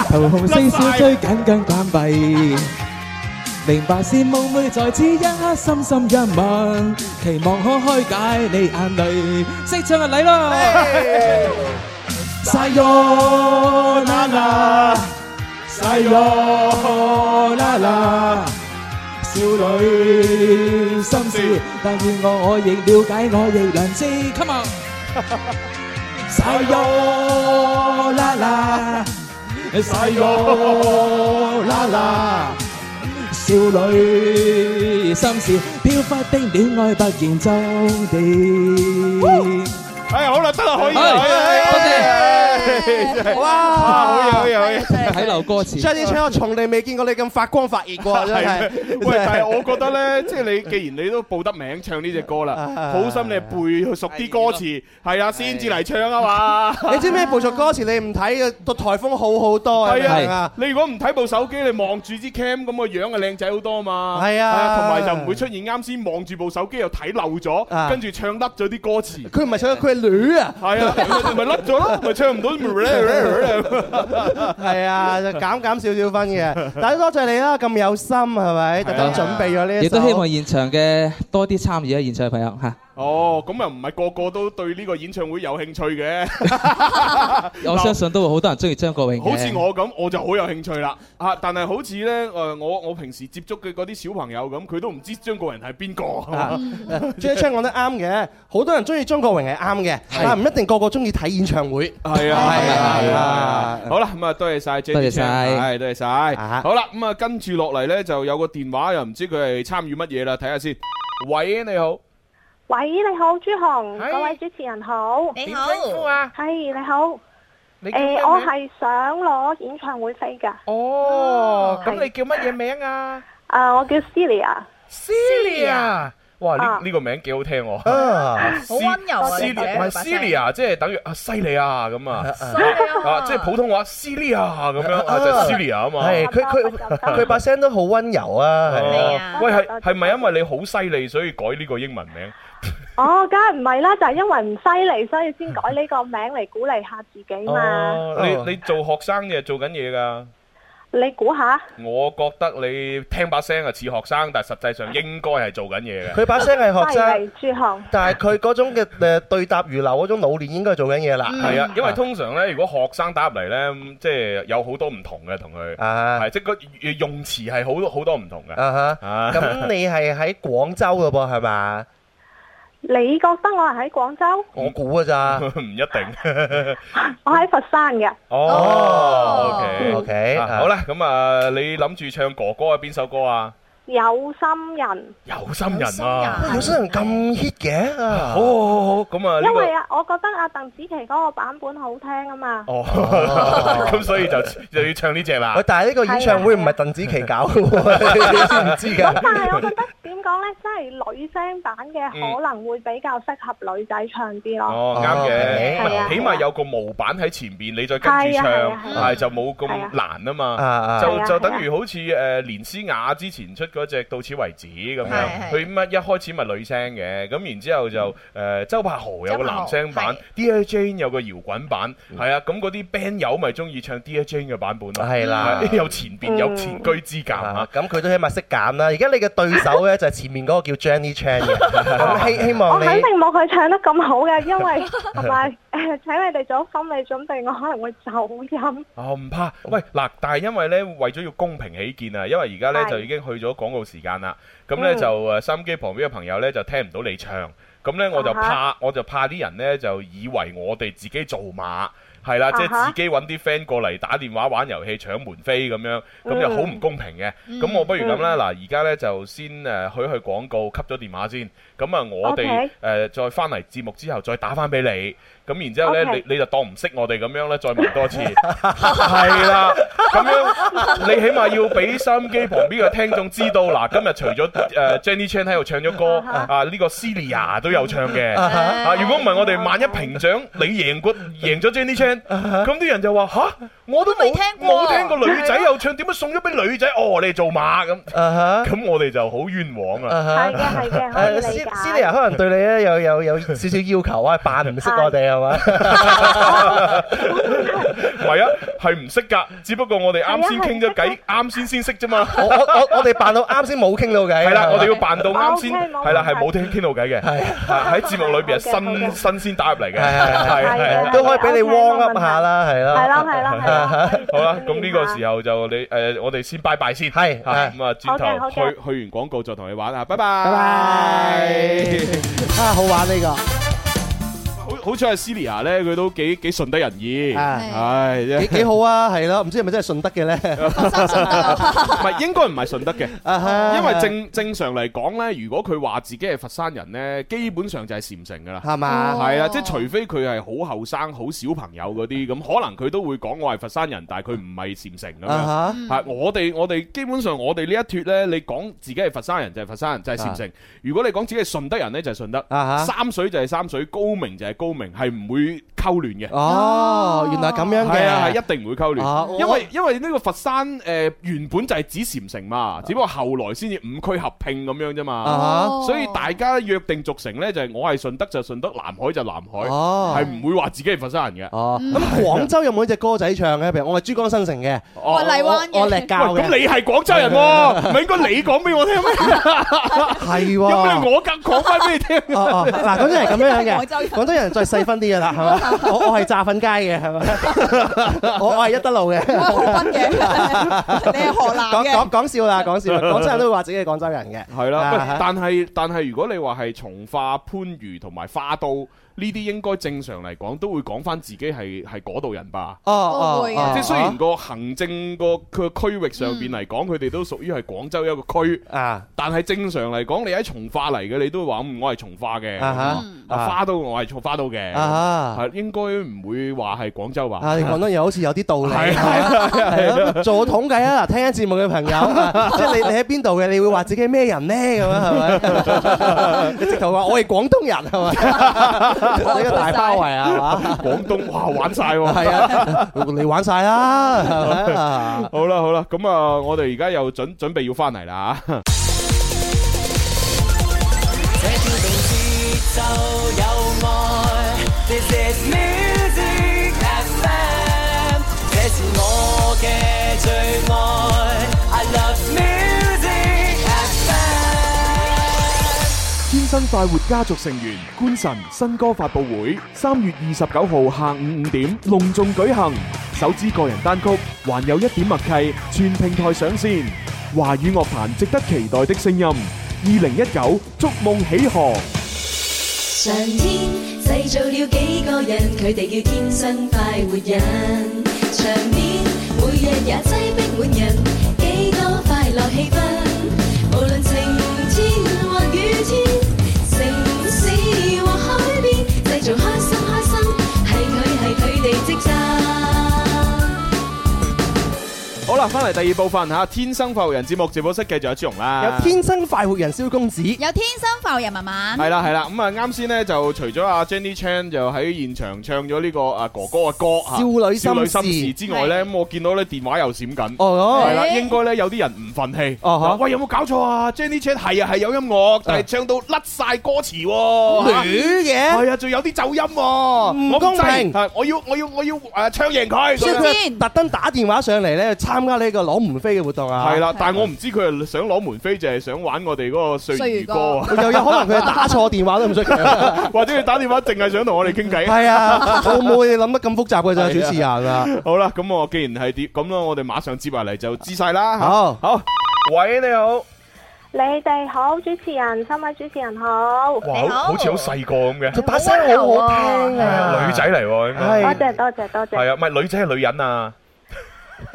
L: 桃紅四小追緊緊關閉。明白是夢寐，在此一刻深深一吻，期望可開解你眼淚。識唱就嚟咯！晒喲啦啦，晒喲啦啦，少女心事，但願我我亦了解，我亦良知。Come on！晒喲啦啦，晒喲啦啦。少女心事，飄忽的戀愛不見終點。
A: 哎，好啦，得啦，可以啦，
L: 係
A: 多謝。哇，好嘢，好嘢，好嘢。
L: 睇流歌詞
C: 張天昌，我從嚟未見過你咁發光發熱過，真 係。
A: 喂，但係我覺得咧，即係你既然你都報得名唱呢只歌 啦，好心你背熟啲歌詞，係啊，先至嚟唱 啊嘛。
C: 你知唔知部族歌詞你唔睇嘅，個颱風好好多啊！
A: 係
C: 你明
A: 啊
C: 啊，，
A: 你如果唔睇部手機，你望住支 cam 咁個樣啊，靚仔好多嘛。
C: 係啊
A: 同埋就唔會出現啱先望住部手機又睇漏咗，跟住唱甩咗啲歌詞。
C: 佢唔係唱，佢係女啊！
A: 係啊，咪甩咗咯，咪唱唔到。
C: 係啊，就減減少少分嘅。但係多謝你啦，咁有心係咪？特登準備咗呢一
L: 亦都希望
C: 首。
L: 現場嘅多啲參與啊！現場嘅朋友嚇，
A: 哦，咁又唔係個個都對呢個演唱會有興趣嘅。
L: 我相信都會好多人中意張國榮嘅
A: 好似我咁，我就好有興趣啦。啊，但係好似呢，誒、我我平時接觸嘅嗰啲小朋友咁，佢都唔知張國榮係邊個。
C: 啊張一昌講得啱嘅，好多人中意張國榮係啱嘅，但唔一定個個中意睇演唱會。
A: 係啊，
C: 係啊，係啊。
A: 啊，好啦，咁啊，多謝晒 J，
L: 多謝晒
A: 係多謝晒。好啦，咁啊，跟住落嚟呢，就有個電話，又唔知佢係參與乜嘢啦，睇下先。喂，你好，
J: 喂，你好，朱紅，各位主持人好，
M: 你好點稱呼啊
J: 係你好，
A: 你
J: 誒，我係想攞演唱會飛㗎。
A: 哦，
J: 咁你
A: 叫乜嘢名啊？
J: 誒，我叫 Celia。
A: Celia，哇，呢
J: 啊
A: 呢個名幾好聽喎。
C: 啊 Ờ.
M: 好温柔啊
A: Celia-
M: 你嘅
A: 唔係
M: 把聲
A: Celia，即係等於啊犀利啊咁啊，
M: 利啊
A: 啊即係普通話 Celia 咁樣啊就係 Celia 啊嘛。
C: 係佢佢佢把聲都好温柔啊！係
A: 哦喂係係咪因為你好犀利所以改呢個英文名？
J: 哦，梗係唔係啦，就係因為唔犀利，所以先改呢個名嚟鼓勵下自己嘛。
A: 哦你你做學生嘅做緊嘢㗎。
J: 你估下？
A: 我覺得你聽把聲啊似學生，但係實際上應該係做緊嘢嘅。
C: 佢把聲係學
J: 犀
C: 生
J: 利，朱紅。
C: 但係佢嗰種嘅誒對答如流嗰種老練應該係做緊嘢啦。
A: 係啊，因為通常咧，如果學生打入嚟咧，咁即係有好多唔同嘅同佢，
C: À.
A: 係即係個用詞係好多好多唔同嘅。
C: 啊
A: 啊
C: 哈，咁你係喺廣州嘅噃係嘛？
J: 你覺得我係喺廣州？
C: 我估嘅咋，
A: 唔一 定。
J: 我喺佛山嘅。
A: 哦，OK
C: OK，
A: 啊
C: 啊
A: 好啦，咁啊，你諗住唱哥哥係邊首歌啊？
J: 有心人，
A: 有心人啊！
C: 有啲人咁 hit 嘅
A: 好
C: 啊！
A: 好好好，咁啊呢
J: 因為
A: 個。
J: 啊，我覺得阿鄧紫棋嗰個版本好聽啊嘛。
A: 哦， 咁所以就就要唱呢 只啦
C: 喂，。但係呢個演唱會唔係鄧紫棋搞嘅 喎，你知唔知
J: 咁但係我
C: 㗎？
J: 覺得點講呢？真係女聲版嘅可能會比較適合女仔唱啲咯。
A: 哦，啱
C: Ờ,
A: 嘅，
J: 係啊
A: 唔
C: à.
J: 係
A: 係
J: 啊
A: 起碼有個模板喺前邊，你再跟住
J: 係啊係
A: 唱
J: 啊，係啊
A: 係就冇咁難啊嘛。
C: 啊
A: 就
J: 係啊
A: 就
J: 係啊
A: 等於好似誒連詩雅之前出嗰隻到此為止咁樣
M: 係，係
A: 佢乜一開始咪女聲嘅，咁然之後就誒周柏豪有個
M: 周柏豪
A: 男聲版
M: 係
A: ，Dear Jane 有個搖滾版，係啊，咁嗰啲 band 友咪中意唱 Dear Jane 嘅版本咯。
C: 啊係啦嗯
A: 係有前邊有前居之鑑啊。
C: 咁佢都起碼識揀啦。而家你嘅對手咧就係前面嗰個叫 Jenny Chan Ờ, 嘅，咁希希
J: 我
C: 望
J: 肯
C: 你
J: 定冇佢唱得咁好嘅，因為同埋 誒請你哋做好心理準備，我可能會走音。
A: 哦，唔怕，喂嗱，但係因為咧，為咗要公平起見啊，因為而家咧
J: 係
A: 就已經去咗廣告時間啦。
N: 咁咧
O: 嗯
N: 就誒收音機旁邊嘅朋友咧就聽唔到你唱，咁咧我就
O: 啊
N: 怕我就怕啲人咧就以為我哋自己做馬。係啦，即
O: 啊哈
N: 係自己揾啲 friend 過嚟打電話玩遊戲搶門飛咁樣，咁就好唔公平嘅。
O: 嗯
N: 咁我不如咁啦，
O: 嗯
N: 嗱，而家呢就先誒去去廣告，吸咗電話先。咁啊，我
O: OK
N: 哋誒再翻嚟節目之後再打翻俾你。咁然之後呢，
O: OK
N: 你你就當唔識我哋咁樣呢，再問多 次。係啦，咁樣你起碼要俾收音機旁邊嘅聽眾知道，嗱，今日除咗誒 Jenny Chan 喺度唱咗歌，啊呢個 Celia 都有唱嘅。
O: 啊哈
N: 啊，如果唔係我哋萬一評獎你贏過贏咗 Jenny Chan，咁啲人就話吓，啊我都冇冇聽過女仔有唱，點解送咗俾女仔？哦，你係做馬咁，
C: Ờ,
N: 咁我哋就好冤枉
C: 啊哈
N: 啦。
J: 係嘅，
C: 可以理解。斯利亞可能對你咧有有有少少要求啊，扮唔識我哋係嘛？
N: 唔係啊，係唔識㗎，只不過我哋啱先傾咗偈，啱先先識啫嘛。
C: 我我我我哋扮到啱先冇傾到偈。
N: 係啦，
C: 係嘛
N: 我哋要扮到啱先，
C: OK，冇
N: 係啦，
C: 問
N: 係
C: 題
N: 冇聽傾到偈嘅，
C: à.
N: 啊喺節目裏邊係新新鮮打入嚟嘅，係
C: 係
N: 係
C: 係都可以俾你 warm up 下啦，係啦。
J: 係啦 係啦係啦。
N: 好啦，咁呢個時候就你誒，我哋先拜拜先，係咁啊，轉頭
J: 好嘅好嘅
N: 去去完廣告再同你玩啊，拜拜。
C: 拜拜。啊，好玩呢個。
A: 好好彩係 Celia 咧，佢都幾幾順得人意，
C: 啊
A: 唉，
C: 幾 幾好啊，係咯，唔知係咪真係順德嘅咧？
A: 唔係應該唔係 順德嘅，
C: 啊哈
A: 因為正正常嚟講咧，如果佢話自己係佛山人咧，基本上就係禪城噶啦，
C: 係嘛哦
A: 係啊，即係除非佢係好後生、好小朋友嗰啲，咁可能佢都會講我係佛山人，但係佢唔係禪哦城咁
C: 啊哈
A: 樣。係我哋我哋基本上我哋呢一脱咧，你講自己係佛山人就係佛山人，就係禪城
C: 啊；
A: 如果你講自己係順德人咧，就係順德；
C: 啊哈
A: 三水就係三水，高明就係高明，係唔會溝亂嘅。
C: 哦，原來咁樣嘅。
A: 係啊，係一定唔會溝
C: 啊
A: 亂，
C: 我
A: 因為因為呢個佛山誒原本就係指禪城嘛，只不過後來先至五區合併咁樣啫
C: 啊
A: 嘛
C: 哈，
A: 所以大家約定俗成呢，就係我係順德就順德，南海就南海，
C: 哦
A: 係嗯唔會話自己係佛山人嘅。
C: 哦，咁廣州有冇呢隻歌仔唱嘅？譬如我係珠江新城 嘅，
A: 我係荔灣嘅
C: 我我力教
A: 哦喂
C: 哦嘅。嗯
A: 咁你係廣州人喎，唔係應該你講俾我聽 咩？
C: 係喎，
A: 咁你我更講翻俾你聽。
C: 哦哦，嗱，廣州人係咁樣
A: 廣州
C: 嘅，
A: 人
C: 廣州人再細分啲嘅啦，係嘛？ 我我係炸粉街嘅，係嘛？ 我我係一德路嘅，
D: 你係河南
C: 講
D: 嘅。
C: 講講笑啦，講笑啦，廣州人都會話自己係廣州人嘅，
A: 係啦，
C: 啊
A: 喂但係但係如果你話係從化、番禺同埋花都呢啲，應該正常嚟講都會講翻自己係係嗰度人吧？
C: 哦哦會嘅
A: 即係雖然個行政個佢區域上
C: 嗯
A: 邊嚟講，佢哋都屬於係廣州一個區
C: 啊，
A: 但係正常嚟講，你喺從化嚟嘅，你都會話嗯我係從化嘅，
C: 啊哈
A: 啊
C: 啊
A: 花都我係從花都嘅，
C: 啊
A: 係應該唔會話係廣州吧？
C: 啊！你廣東人好似有啲道理，
A: 係
C: 係
A: 係
C: 咯。做統計啊，嗱，聽緊節目嘅朋友，啊即係 你你喺邊度嘅，你會話自己咩人呢？咁樣係 咪？你直頭話我係廣東人係 咪？你個大包圍啊，係嘛？
A: 廣東哇玩晒喎，
C: 係啊，你玩晒啦，係 咪啊？
A: 好啦好啦，咁啊，我哋而家又準準備要翻嚟啦吓。
B: This is music FM，這是我嘅最愛。I love music FM。
P: 天生快活家族成員官神新歌發布會，三月二十九號下午五點隆重舉行。首支個人單曲《還有一點默契》，全平台上線。華語樂壇值得期待的聲音。二零一九，築夢起航。
E: 上天製造了幾個人，佢哋叫天生快活人。場面每日也擠逼滿人，幾多快樂氣氛。無論晴天或雨天，城市或海邊，製造開心開心，係佢係佢哋職責。
A: 好啦，翻嚟第二部分吓，天生快活人節目直播室繼續有朱容啦，
C: 有天生快活人蕭公子，
D: 有天生浮人文文。
A: 系啦系啦，咁啊啱先咧就除咗阿 Jenny Chan 就喺現場唱咗呢個啊哥哥嘅歌啊
C: 少女心事
A: 少女事之外咧，咁我見到咧電話又閃緊，
C: 哦
A: 係啦，
C: 欸
A: 應該咧有啲人唔忿氣，
C: 哦
A: 話喂有冇搞錯啊？Jenny Chan 係啊係有音樂，但係唱到甩晒歌詞喎，嚇
C: 哦女嘅
A: 係啊，仲有啲走音喎，我
C: 公
A: 制
C: 平
A: 係我要我要我要誒唱贏佢，
C: 所以佢特登打電話上嚟咧，參加呢個攞門飛嘅活動啊！
A: 係啦，但係我唔知佢係想攞門飛，就係想玩我哋嗰個碎魚歌啊！
C: 又有可能佢係打錯電話都唔出奇。
A: 或者佢打電話淨係想同我哋傾偈。
C: 係啊，我冇你諗得咁複雜嘅咋，主持人啊！。
A: 好啦，咁我既然係點咁啦，我哋馬上接埋嚟就知晒啦。
C: 好，
A: 好，喂，你好，
J: 你哋好，主持人，三位主持人好。
A: 哇，好好似好細個咁嘅，
C: 把聲好好聽啊！
A: 女仔嚟喎，應該
J: 多謝多謝多謝。
A: 係啊，唔係女仔係女人啊，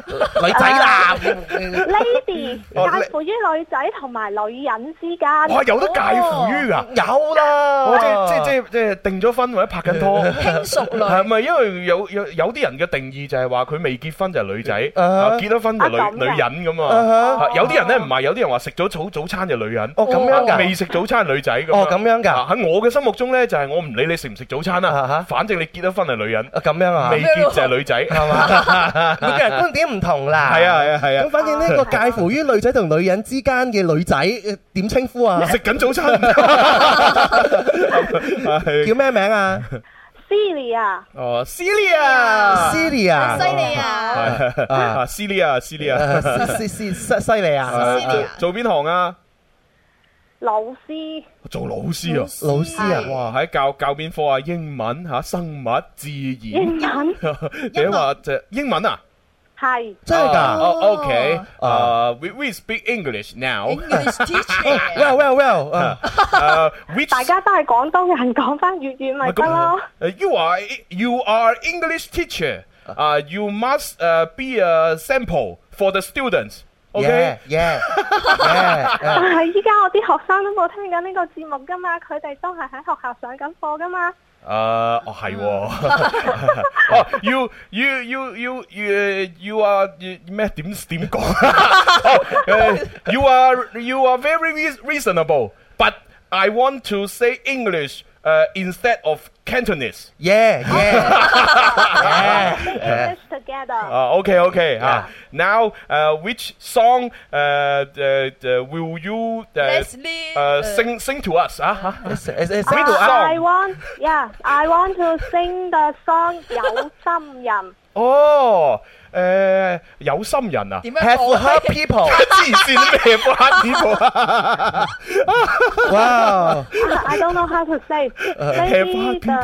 C: 女仔啦
J: Lady
A: 哦
J: 介乎於女仔同埋女人之間。
A: 哇，有得介乎於㗎，
C: 有啦
A: 哦即係即係即係定咗婚或者拍 緊拖，
C: 輕熟類
A: 係咪？因為有有有啲人嘅定義就係話佢未結婚就係女仔，啊
C: Uh-huh。
A: 結咗婚就女
C: 啊咁㗎
A: 女人咁
C: 啊
A: 啊
C: 哈。
A: 有啲人咧唔係，有啲人話食咗早早餐就女人，
C: Uh-huh。哦咁樣㗎
A: 啊未食早餐係女仔咁。
C: 哦咁樣㗎
A: 啊喺我嘅心目中咧，就係我唔理你食唔食早餐啦，反正你結咗婚係女人，
C: 咁樣啊
A: 未 結就係女仔，係
C: 嘛每個人觀點唔同啦。
A: 係啊係啊係啊
C: 咁反正呢個介乎於女仔同女人之間嘅女仔，呃點稱呼啊？
A: 食緊早餐。
C: 叫咩名啊
J: Celia，
A: 哦，Celia，Celia，
C: 犀利
A: à.
J: 啊！
A: 啊，Celia，Celia，
C: 啊犀犀犀犀利啊！
A: 做邊行啊？
J: 老師，
A: 做老師啊，
C: 老師啊
A: 哇，喺教教邊科啊？英文吓，生物、自
J: 英
A: 然。
J: 文
A: 你話就英文啊？
J: 係
A: 啊哦，OK，啊，we we speak English now。
J: English teacher
C: Well well well，啊
A: 啊，which
J: 大家都係廣東人，講翻粵語咪得咯。
A: 誒，you uh, are you are English teacher。啊，you must 誒 be a sample for the students。OK。
C: Yeah。
J: 但係依家我啲學生都冇聽緊呢個節目㗎嘛，佢哋都係喺學校上緊課㗎嘛。
A: 誒，哦係 喎，哦，you Oh, you you you you you are 咩點 點講？哦誒，you uh, are you are very reas- reasonable, but I want to say English 誒 instead of Cantonese。
C: Yeah
A: yeah。
J: English together。
A: 啊，OK OK 啊，now 誒 which song 誒誒誒 will you 誒
J: Leslie，
A: 誒
J: 誒
A: sing sing to us 啊嚇
J: Uh,
A: sing to us。
J: I want, yeah, I want to sing the song 有心人。
A: 哦，誒、有心人啊
J: 點樣講 Have hard people
A: 黐線咩 Have hard people 啊？
C: 哇
J: I don't know how to say. Maybe the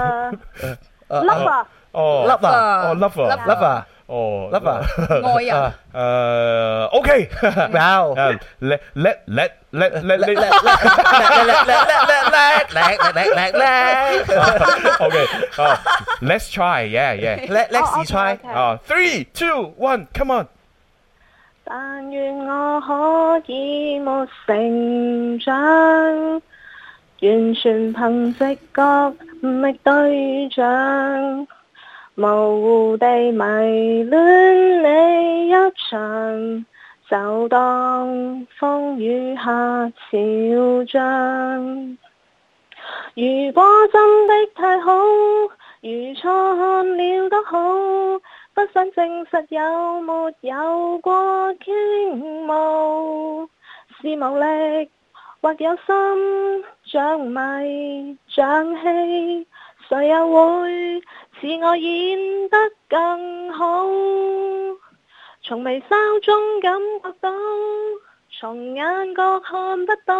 C: 啊
J: lover.
A: 哦
C: ờ,
A: 哦
C: Lover
A: Ờ, lover
C: Lover
A: 哦
C: Lover 愛人
A: 人誒 OK
C: Ờ,
A: 誒
C: ，Wow
A: Uh, let let let let let let OK 啊 Let's try yeah yeah
C: Let-
J: 哦
C: let's Oh, okay, try. okay.
A: 啊 three two one come on
J: 但願我可以沒成長，完全憑直覺覓對象，模糊地迷戀你一場，就當風雨下潮漲。如果真的太好，如錯看了都好，不想證實有沒有過傾慕，是無力或有心像迷像氣，誰又會自我演得更好？從微笑中感覺到，從眼角看不到。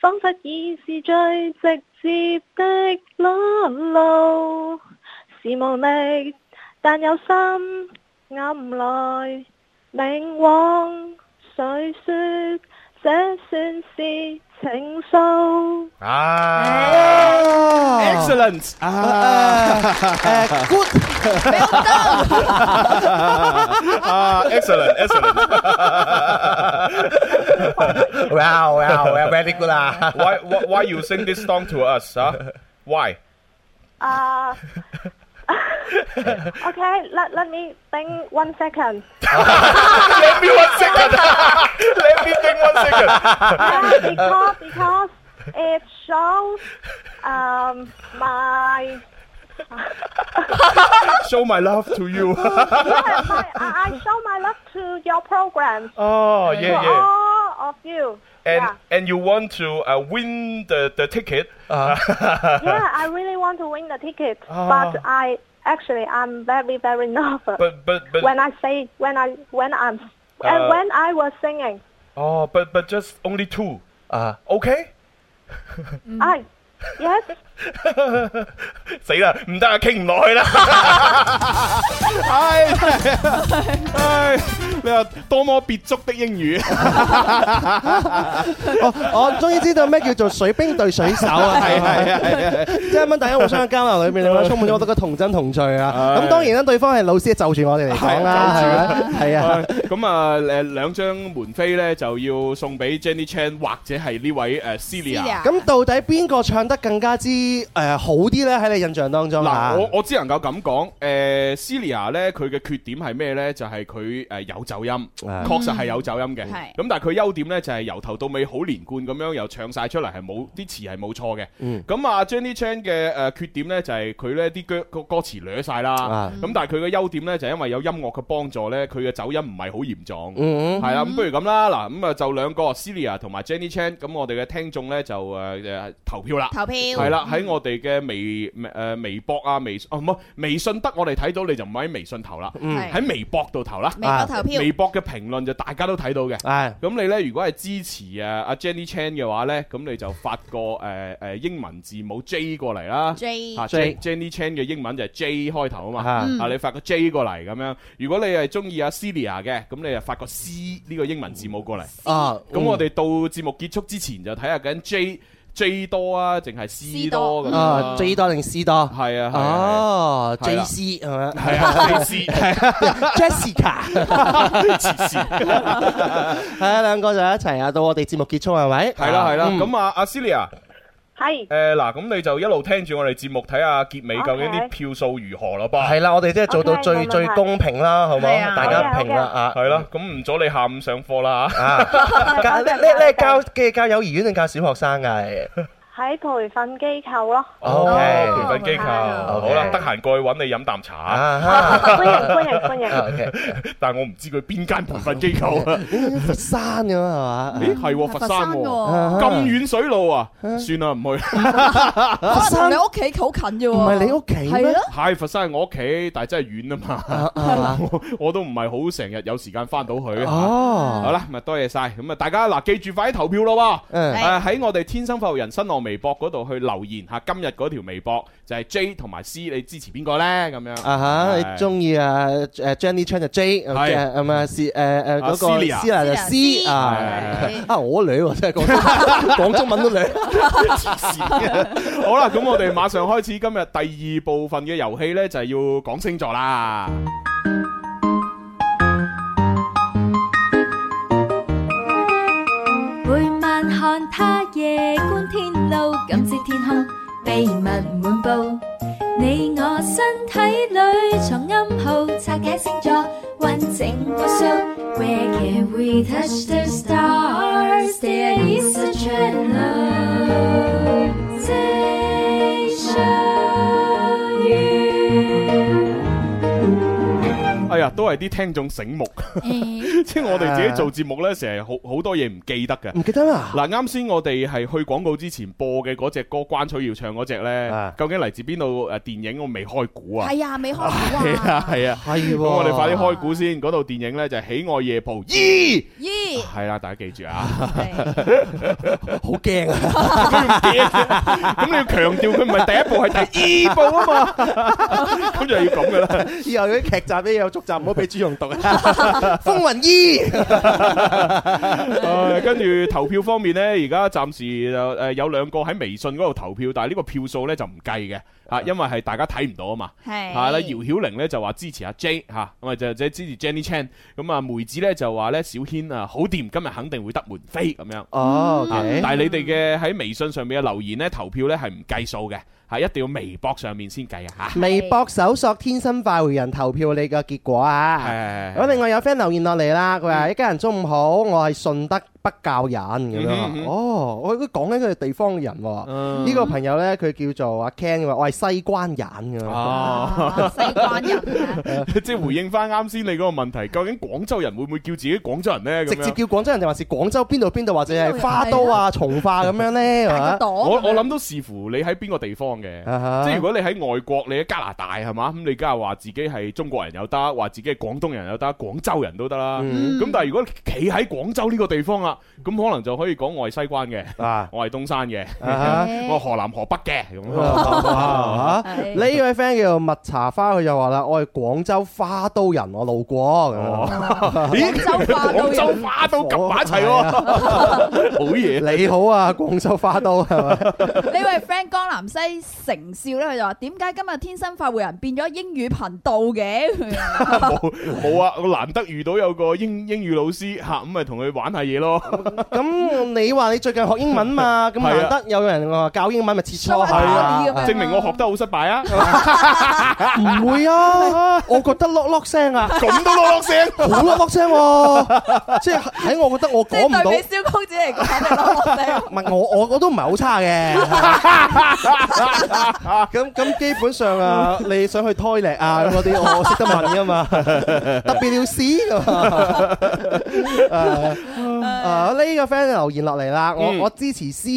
J: 仿佛已是最直接的裸露，是無力，但有心暗來明往，誰說這算是情愫？
A: Ah.
C: ờ,
A: 啊
Q: Excellent 啊
C: 誒 good
A: 啊 Ah, excellent excellent
C: Wow wow wow very good 啊
A: Why why why you sing this song to us 啊 Why
J: 啊、o k À. let let me think one second。
A: Let me one second. Let me think one
J: Yeah, because because it shows um my
A: Show my love to you
J: yeah, my, I I show my love to your program.
A: Oh
J: to
A: yeah yeah
J: all of you.
A: And
J: yeah.
A: and you want to uh, win the the ticket
J: yeah, I really want to win the ticket,
A: Ah.
J: but I actually I'm very very nervous
A: But but but
J: when I say when I when I'm
A: Uh,
J: and when I was singing.
A: Oh, but but just only two. Uh-huh.
C: Uh,
A: okay.
J: I yes.
A: 死啦，唔 得啊，傾唔落去啦。
Q: 唉，真係唉，
A: 你話多麼別足的英語，
C: 我終於知道咩叫做水兵對水手啊！
A: 係係係係
C: 即係咁大家互相嘅交流裏面，你覺得充滿咗好多嘅童真童趣啊！咁當然啦，對方係老師就住我哋嚟講啦，係咪？係啊，
A: 咁啊誒兩張門飛咧就要送俾 Jenny Chan 或者係呢位誒 Celia。
C: 咁到底邊個唱得更加之誒好啲咧？喺你印象當中啊
A: 嗱，我我只能夠咁講，誒、Celia 咧，佢嘅缺點係咩咧？就係佢誒有走音，
O: 啊
C: Ờ.
A: 確實係有走音嘅。
O: 係
A: 咁但係佢優點咧就係由頭到尾好連貫咁樣又唱晒出嚟，係冇啲詞係冇錯嘅。
O: 嗯
A: 咁啊，Jenny Chan 嘅誒缺點咧就係佢咧啲歌歌歌詞掠晒啦
O: 啊。
A: 咁但係佢嘅優點咧就係因為有音樂嘅幫助咧，佢嘅走音唔係好嚴重。
O: 嗯
A: 係啦，咁不如咁啦，嗱咁啊就兩個 Celia 同埋 Jenny Chan，咁我哋嘅聽眾咧就誒誒投票啦。
D: 投票
A: 係啦，喺我哋嘅微誒微博啊、微哦唔好微信得我哋睇到，你就唔喺微信投啦，
O: 嗯
A: 喺微博度投啦。
O: 微博投票
A: 微博嘅評論就大家都睇到嘅。咁你咧，如果係支持啊阿 Jenny Chan 嘅話咧，咁你就發個誒誒英文字母 J 過嚟啦。
O: J
A: 啊
O: J
A: Jen- Jenny Chan 嘅英文就係 J 開頭啊嘛。
O: 嗯
A: 啊，你發個 J 過嚟咁樣。如果你係中意阿 Celia 嘅，咁你就發個 C 呢個英文字母過嚟。
C: 啊
A: 咁我哋到節目結束之前就睇下緊 J J 多啊，定係 C 多嗯咁
C: 啊 J 多定 C 多？
A: 係啊，
C: 哦
A: 係
C: ，J
A: 啊
C: C 係咪？
A: 係啊，J C
C: Jessica，
A: 黐線
C: 係啊，兩個就一齊啊，到我哋節目結束係咪？
N: 係啦係啦，
C: 嗯
N: 咁啊阿 Celia。
J: 係
N: 誒嗱，咁你就一路聽住我哋節目，睇下結尾究竟啲票數如何咯噃。
C: 係啦，我哋即係做到
N: OK，
C: 最
N: 冇問題
C: 最公平啦，好
N: 係啊
C: 冇？大家評啦
N: 好
C: 啊，
N: 係啦，咁唔阻你下午上課啦
C: 啊！教你你你教嘅教幼兒園定教小學生啊？
J: 喺培訓機構 咯。
N: 哦，培訓機構，
A: 啊
C: OK
N: 好啦，得閒過去揾你飲啖
C: 啊茶。
J: 歡迎歡迎歡
C: 啊
J: 迎！
N: 但係我唔知佢邊間培訓機構啊。
C: 佛山咁啊係嘛？
A: 咦係喎佛山喎，
C: 啊
A: 咁遠水路啊，算啦唔去。
D: 可能同你屋企好近啫喎。
A: 唔係你
C: 屋企
D: 係咯，
A: 係佛山係我屋企，但係真係遠啊嘛，我 我都唔係好成日有時間翻到去。啊
C: 哦
A: 好啦，咪多謝晒。咁啊，大家嗱記住快啲投票咯喎。
C: 嗯
A: 誒喺我哋天生發育人新浪微博嗰度去留言嚇，今日嗰條微博就係 J 同埋 C，你支持邊個咧？咁樣
C: 啊哈！
A: 係
C: 你中意啊誒 Jenny Chan 就 J，誒
A: 係
C: 咁啊是誒誒嗰個
A: Celia
C: Celia 就
A: Celia，
C: C 啊
A: 係
C: 啊我女喎真係 講講中文都女，
A: 好啦，咁我哋馬上開始今日第二部分嘅遊戲呢，就係要講星座啦。
R: 每晚看他夜觀天路，感知天空秘密滿布。你我身體裏藏暗號，拆解星座完整無數。Where can we touch the stars? There is a translation.
A: 哎呀，都係啲聽眾醒目， 即係我哋自己做節目呢，成日好好多嘢唔記得嘅。
C: 唔記得啦。
A: 嗱，啱先我哋係去廣告之前播嘅嗰隻歌，關楚耀唱嗰隻呢，究竟嚟自邊度誒電影？我未開估啊。
D: 係啊，未開估啊。
A: 係啊，係 啊，
C: 係喎
A: 咁我哋快啲開估先。嗰套電影呢，就係《喜愛夜蒲二》，
D: 咦，
A: 係啦，大家記住啊。
C: 好驚啊！
A: 咁你要強調佢唔係第一部，係第二部啊嘛。 咁就要咁噶啦。
C: 以後嗰啲劇集啲有續集唔好俾朱容讀啊！風雲衣
A: 唉啊跟住投票方面呢，而家暫時就誒有兩個喺微信嗰度投票，但係呢個票數呢就唔計嘅
C: 啊
A: 嚇，因為係大家睇唔到啊嘛。
O: 係
A: 啦，姚曉玲呢就話支持阿 J 嚇，咁啊就即係支持 Jenny Chan。咁啊梅子呢就話呢小軒啊好掂，今日肯定會得門飛咁樣。
C: 哦
A: 啊
C: OK
A: 但係你哋嘅喺微信上面嘅留言呢，投票呢係唔計數嘅，係一定要微博上面先計啊嚇。
C: 微博搜索天生快活人投票你嘅結果啊！
A: 係
C: 咁另外有 friend 留言落嚟啦，佢話一家人中午好，我係順德北教人咁
O: 嗯哼
C: 樣。哦，我都講緊佢哋地方嘅人喎。呢個朋友呢，佢叫做阿啊 Ken，佢話我係西關人咁
A: 哦
C: 樣。
A: 西
D: 啊關啊
A: 人，即係回應翻啱先你嗰個問題，究竟廣州人會唔會叫自己廣州人呢？咁
C: 直
A: 樣
C: 接叫廣州人定還是廣州邊度邊度，或者係花都啊、從化咁樣呢？係嘛
A: 我我諗都視乎你喺邊個地方嘅
C: 啊哈，
A: 即係如果你喺外國，你喺加拿大係嘛，咁你梗係話自己係中國人又得，話自己係廣東人又得，廣州人都得啦。
O: 嗯
A: 咁但係如果企喺廣州呢個地方啊，啦，咁可能就可以講我係西關 嘅，我係東山嘅，
C: 啊
A: 我係河南河北嘅咁
C: 啊
A: 啊。
C: 呢位 friend 叫做蜜茶花，佢就話啦：我係廣州花都人，我路過咁樣。
A: 廣州花都人哦廣州花都夾埋一齊喎 好嘢！
C: 你好啊，廣州花都係咪？
D: 呢位 friend 江南西成少咧，佢就話：點解今日天生快活人變咗英語頻道嘅？
A: 冇啊，我難得遇到有個英英語老師嚇，咁咪同佢玩下嘢咯。
C: 咁你話你最近學英 文嘛？咁
A: 係
C: 難
A: 啊
C: 得有人話教英文，咪切磋下。
D: 啊
A: 證明我學得好失敗啊！
C: 唔 會啊！我覺得碌碌聲啊，
A: 咁都碌碌聲，
C: 好碌碌 聲喎！即係喺我覺得我講唔到，
D: 對比蕭公子嚟講，你攞我哋
C: 唔係我我我都唔係好 差嘅。咁咁基本上啊，你想去 toilet 啊嗰啲，我識得問 噶嘛。WC 咁啊 誒啊！呢個 friend 留言落嚟啦，
A: 嗯
C: 我我支持 C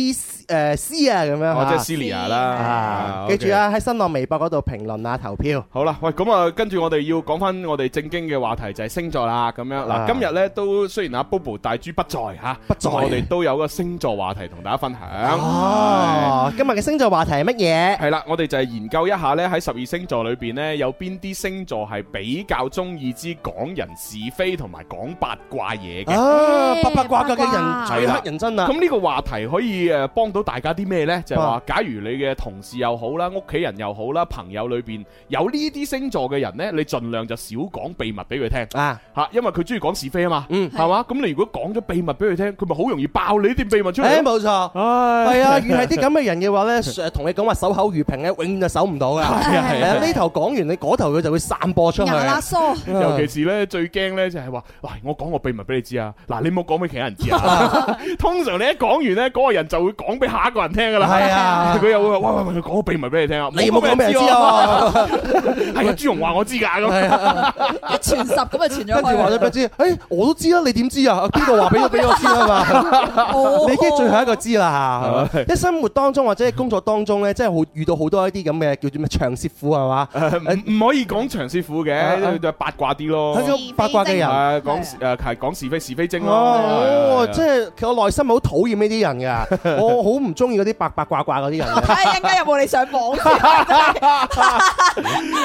C: 誒 C 啊咁樣
A: 哦，即
C: 嚇
A: 係 Celia 啦啊
C: 記
A: OK
C: 住啊，喺新浪微博嗰度評論啊，投票。
A: 好啦，喂，咁啊，跟住我哋要講翻我哋正經嘅話題就係星座啦，咁樣
C: 啊
A: 嗱，今日咧都雖然阿 Bobo 大豬不在吓，不
C: 在
A: 我哋都有個星座話題同大家分享。
C: 哦，今日嘅星座話題係乜嘢？
A: 係啦，我哋就係研究一下咧喺十二星座裏邊咧有邊啲星座係比較中意之講人是非同埋講八卦嘢嘅。
C: 啊，八八卦卦嘅人
A: 係
C: 最
A: 啦
C: 黑人憎啦。
A: 咁呢個話題可以誒幫到大家啲咩呢？就係
C: 啊
A: 話，假如你嘅同事又好啦，屋企人又好啦，朋友裏邊有呢啲星座嘅人呢，你盡量就少講秘密俾佢聽
C: 啊
A: 嚇，因為佢中意講是非啊嘛，
C: 嗯
A: 係嘛？咁你如果講咗秘密俾佢聽，佢咪好容易爆你啲秘密出嚟
C: 誒
A: 咯。
C: 冇錯，係啊，越係啲咁嘅人嘅話咧，誒同你講話守口如瓶咧，永遠就守唔到噶。係
A: 啊係啊
C: 呢頭講完，你嗰頭佢就會散播 出去。
A: 尤其是呢，最驚呢就係話，喂，我講個秘密俾你知啊，嗱，你唔好講俾其他人知啊。 通常你一講完呢，嗰個人就會講俾下一個人聽噶啦。
C: 係啊
A: 佢又會話，喂喂喂，講個秘密俾你聽啊，
C: 你唔好講俾人知
A: 啊。
C: 啊！
A: 係啊，朱紅話我知㗎
C: 係
A: 咁。
D: 一傳十咁啊，傳咗去。
C: 跟住話咗俾佢知，誒我都知啦，你點知啊？邊個話俾咗俾我知啊嘛？
D: 哦
C: 你已經最後一個知啦嚇。
A: 係
C: 喺生活當中或者係工作當中咧，真係好遇到好多一啲咁嘅叫做咩長舌婦係嘛？
A: 唔唔可以講長師傅
C: 啊啊
A: 嘅，就八卦啲咯。
C: 係個八卦嘅人
A: 係啊講誒哦係講是非是非精咯。
C: 哦，即
A: 係啊
C: 係其實我內心好討厭呢啲 人㗎，我好唔中意嗰啲八八卦卦嗰啲人㗎。
D: 睇下一陣間有冇你上 網先。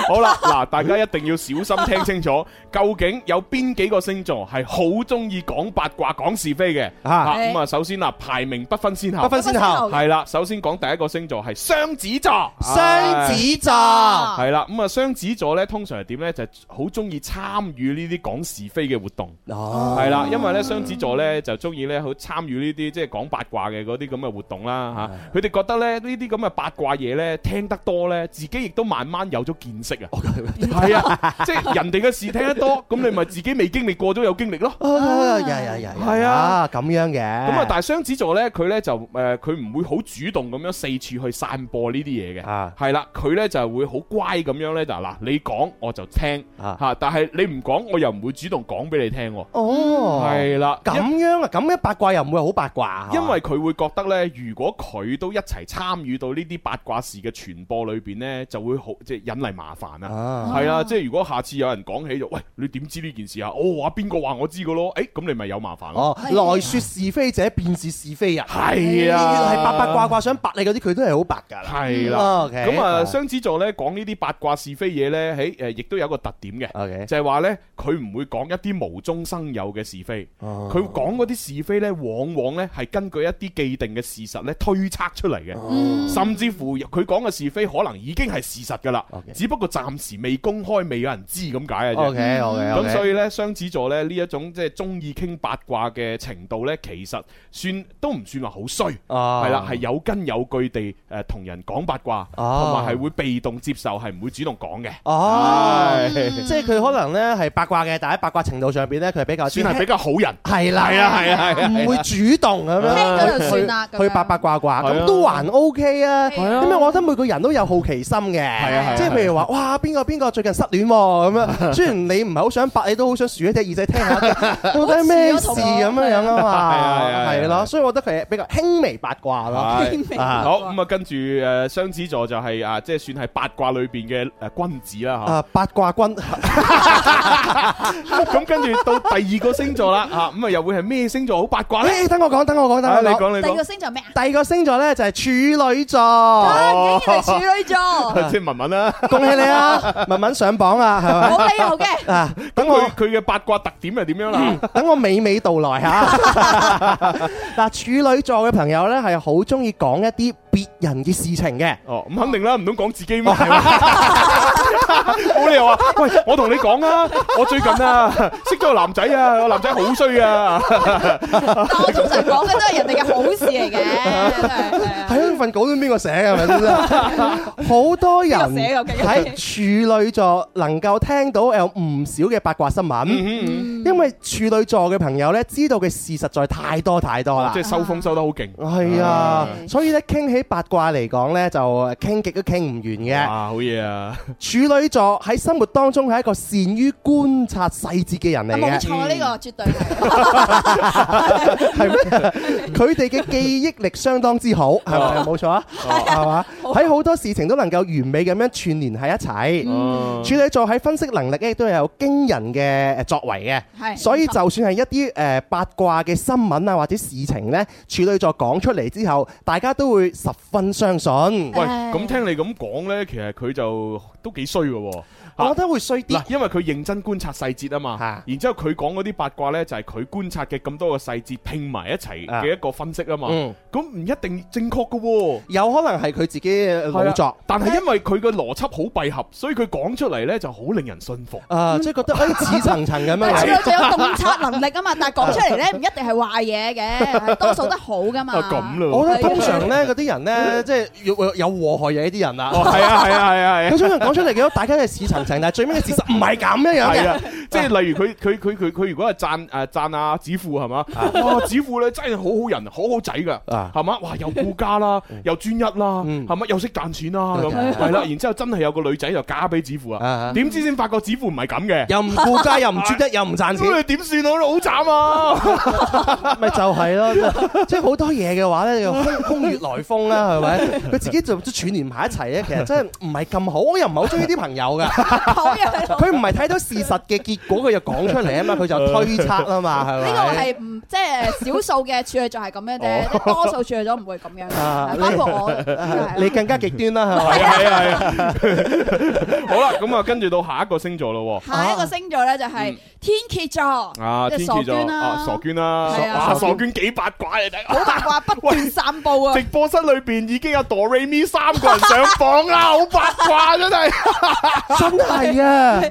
A: 好啦，嗱，大家一定要小心聽清 楚，究竟有邊幾個星座係好中意講八卦、講是非嘅？
C: 啊
A: 啊咁啊，首先啊，排名不分先後，
C: 不分先後
A: 係啦。首先講第一個星座係雙子座，
C: 雙子座
A: 係啦。咁啊，雙子座呢，通常係點呢？就係好中意參與呢啲講是非嘅活動。
C: 哦
A: 係啦，因為咧雙子座咧就中意咧好參與呢啲即係講八卦嘅嗰啲咁嘅活動啦嚇，佢哋覺得咧呢啲咁嘅八卦嘢咧聽得多咧，自己亦都慢慢有咗見識啊，係啊，即係人哋嘅事聽得多，咁你咪自己未經歷過都有經歷咯。
C: 啊，呀呀呀！
A: 係啊
C: 啊，咁樣嘅。
A: 咁啊，但係雙子座咧，佢咧就誒，呃佢唔會好主動咁樣四處去散播呢啲嘢嘅，係啦，佢咧就會好乖咁樣咧就嗱，你講我就聽
C: 啊
A: 嚇，但係你唔講我又唔會主動講俾你聽喎。
C: 哦，
A: 係啦
C: 咁樣啊，咁樣八卦又唔會好八卦，
A: 因為佢會覺得呢，如果佢都一齊參與到呢啲八卦事嘅傳播裏邊呢，就會好即係引嚟麻煩
C: 啊
A: 啊。係啊，即係如果下次有人講起就，喂，你點知呢件事啊？哦，話邊個話我知嘅咯？誒，咁你咪有麻煩
C: 哦
A: 咯。，
C: 來説是非者便是是非人，
A: 係啊
C: 越係八八卦卦想白你嗰啲，佢都係好白㗎啦。
A: 係
C: 嗯
A: 啦，
C: ，OK
A: 咁啊，雙子座呢，講呢啲八卦是非嘢呢，喺誒亦都有一個特點
C: 啊
A: 嘅，就係話呢，佢唔會講一啲無中生有嘅是非，
C: 哦
A: 佢講嗰啲是非呢，往往呢係根據一啲既定嘅事實呢推測出嚟
C: 哦
A: 嘅，甚至乎佢講嘅是非可能已經係事實㗎啦，只不過暫時未公開，未有人知咁解嘅啫。
C: OK，OK，OK
A: 咁所以呢，雙子座呢，呢一種即係中意傾八卦嘅程度呢，其實算都唔算話好衰，
C: 啊
A: 係啦，係有根有據地誒同人講八卦，同
C: 啊
A: 埋係會被動接受，係唔會主動講嘅。
C: 哦，
A: 係
C: 即係佢可能咧係八卦嘅，但喺八卦程度上邊咧，佢係比較
A: 算係比較好人
C: 係啦，
A: 係啊係啊係啊
C: 唔會主動咁樣
A: 聽咗就
C: 去
A: 算啦
D: 咁
C: 去
D: 樣
C: 八八八卦卦，
B: 係啊
C: 咁都還 OK 啊。
B: 係啊
C: 因為我覺得每個人都有好奇心
B: 啊係
C: 嘅
B: 啊，
C: 即係譬如話，
B: 係
C: 哇，邊個邊個最近失戀喎咁樣。雖然你唔係好想八，你都好想豎一隻耳仔聽下，到底咩事咁樣樣啊
A: 係啊係啊係
C: 嘛？
A: 啊
C: 係咯，所以我覺得佢係比較輕微八卦 咯。
A: 係
C: 啊
A: 好咁啊，跟住诶雙子座就係啊，即係算係八卦裏边嘅诶君子啦吓。
C: 啊，八卦君。
A: 咁跟住到第二個星座啦吓，咁啊又會係咩星座好八卦咧？
C: 誒哎等我講，等我講，等
A: 啊
C: 我
A: 你講你講
C: 講。
A: 第二個
D: 星座咩啊？
C: 第二個星座咧就係處女
D: 啊
C: 座。
D: 竟然係處女 座
A: 即係文文啦，
C: 恭喜你啊，文文上榜啊，係 咪？
D: 冇理由嘅。
C: 啊！
A: 咁佢佢嘅八卦特點係點樣啦？
C: 等我娓娓道來嚇。 嗱，處女座嘅朋友咧係好中意講一啲別人嘅事情嘅。
A: 哦，咁肯定啦，唔通講自己咩？ 冇理由啊！喂，我同你講啊，我最近啊 識咗個男仔啊，個男仔好衰啊！
D: 但我通常講嘅都係人哋嘅好事嚟嘅。
C: 係啊，份稿都邊個寫嘅？係咪先？好多人
D: 邊個寫嘅究竟
C: 喺處女座能夠聽到有唔少嘅八卦新聞，因為處女座嘅朋友咧知道嘅事實在太多太多啦。
A: 哦即係收風收得好勁。
C: 係啊，所以咧傾起八卦嚟講咧，就傾極都傾唔完嘅。
A: 哇，好嘢啊！
C: 處女座喺生活當中係一個善於觀察細節嘅人嚟嘅，
D: 啊冇錯，呢個絕對係。
C: 佢哋嘅記憶力相當之好，係咪？
B: 哦
C: 冇錯啊，係嘛？喺好多事情都能夠完美咁樣串聯喺一
A: 齊。
C: 處女座喺分析能力咧都有驚人嘅誒作為嘅，
B: 係
C: 所以就算係一啲誒八卦嘅新聞啊或者事情呢，處女座講出嚟之後，大家都會十分相信。
A: 喂，咁聽你咁講呢，其實佢就都幾衰嘅喎。
C: 我覺得會衰啲
A: 嗱，因為佢認真觀察細節啊嘛，然之後佢講嗰啲八卦呢，就係佢觀察嘅咁多個細節拼埋一齊嘅一個分析啊嘛
C: 嗯。
A: 咁唔一定正確嘅喎，
C: 有可能係佢啊自己老作。
A: 但係因為佢嘅邏輯好閉合，所以佢講出嚟呢就好令人信服。
C: 啊，即係覺得哎似層層咁
D: 但係處女座
C: 樣。
D: 有洞察能力啊嘛，但係講出嚟咧唔一定係壞嘢 嘅，係多數都好噶
C: 啊
D: 嘛。
A: 啊
C: 我覺得通常咧嗰啲人咧，即係有有禍害嘅呢啲人啦。
A: 哦係啊係啊係啊係啊
C: 佢通常講出嚟嘅，大家都係似層層，但係最尾嘅事實唔係咁樣樣
A: 係啊
C: 嘅。，
A: 即係例如佢佢佢佢佢如果係讚誒讚阿子富係嘛，哇子富咧真係好好人，好好仔㗎，係嘛，哇又顧家啦，又專一啦，係嘛，又識賺錢啦咁，嗯係啦，然之後真係有個女仔就嫁俾子富啊，點知先發覺子富唔係咁嘅，
C: 又唔顧家，又唔專一，又唔賺 錢
A: 咁你點算好好慘 啊！
C: 咪就係咯，即係好多嘢嘅話咧，又空空穴來風啦，係咪？佢自己就都串連埋一齊咧，其實真係唔係咁好。我又唔係好中意啲朋友㗎。 佢唔係睇到事實嘅結果，佢就講出嚟啊嘛，佢就推測啊嘛，係咪？
D: 呢個係唔即係少數嘅處女座係咁樣啫，多數處女座唔會咁樣
C: 啊
D: 嘅，包 括我。
C: 你更加極端啦，係咪？
A: 係啊係啊係啊，好啦，咁啊跟住到下一個星座咯喎。
D: 下一個星座咧就係天蠍座，
A: 嗯啊！
D: 即係
A: 天
D: 傻
A: 蝎座
D: 娟啦
A: 啊，傻娟啦，
D: 係啊
A: 哇！傻娟幾八卦啊，大家
D: 好八卦不斷散 步啊
A: 直！播室裏邊已經有 Do Re Mi 三個人上榜啦，好八卦真 係。
C: 真係啊！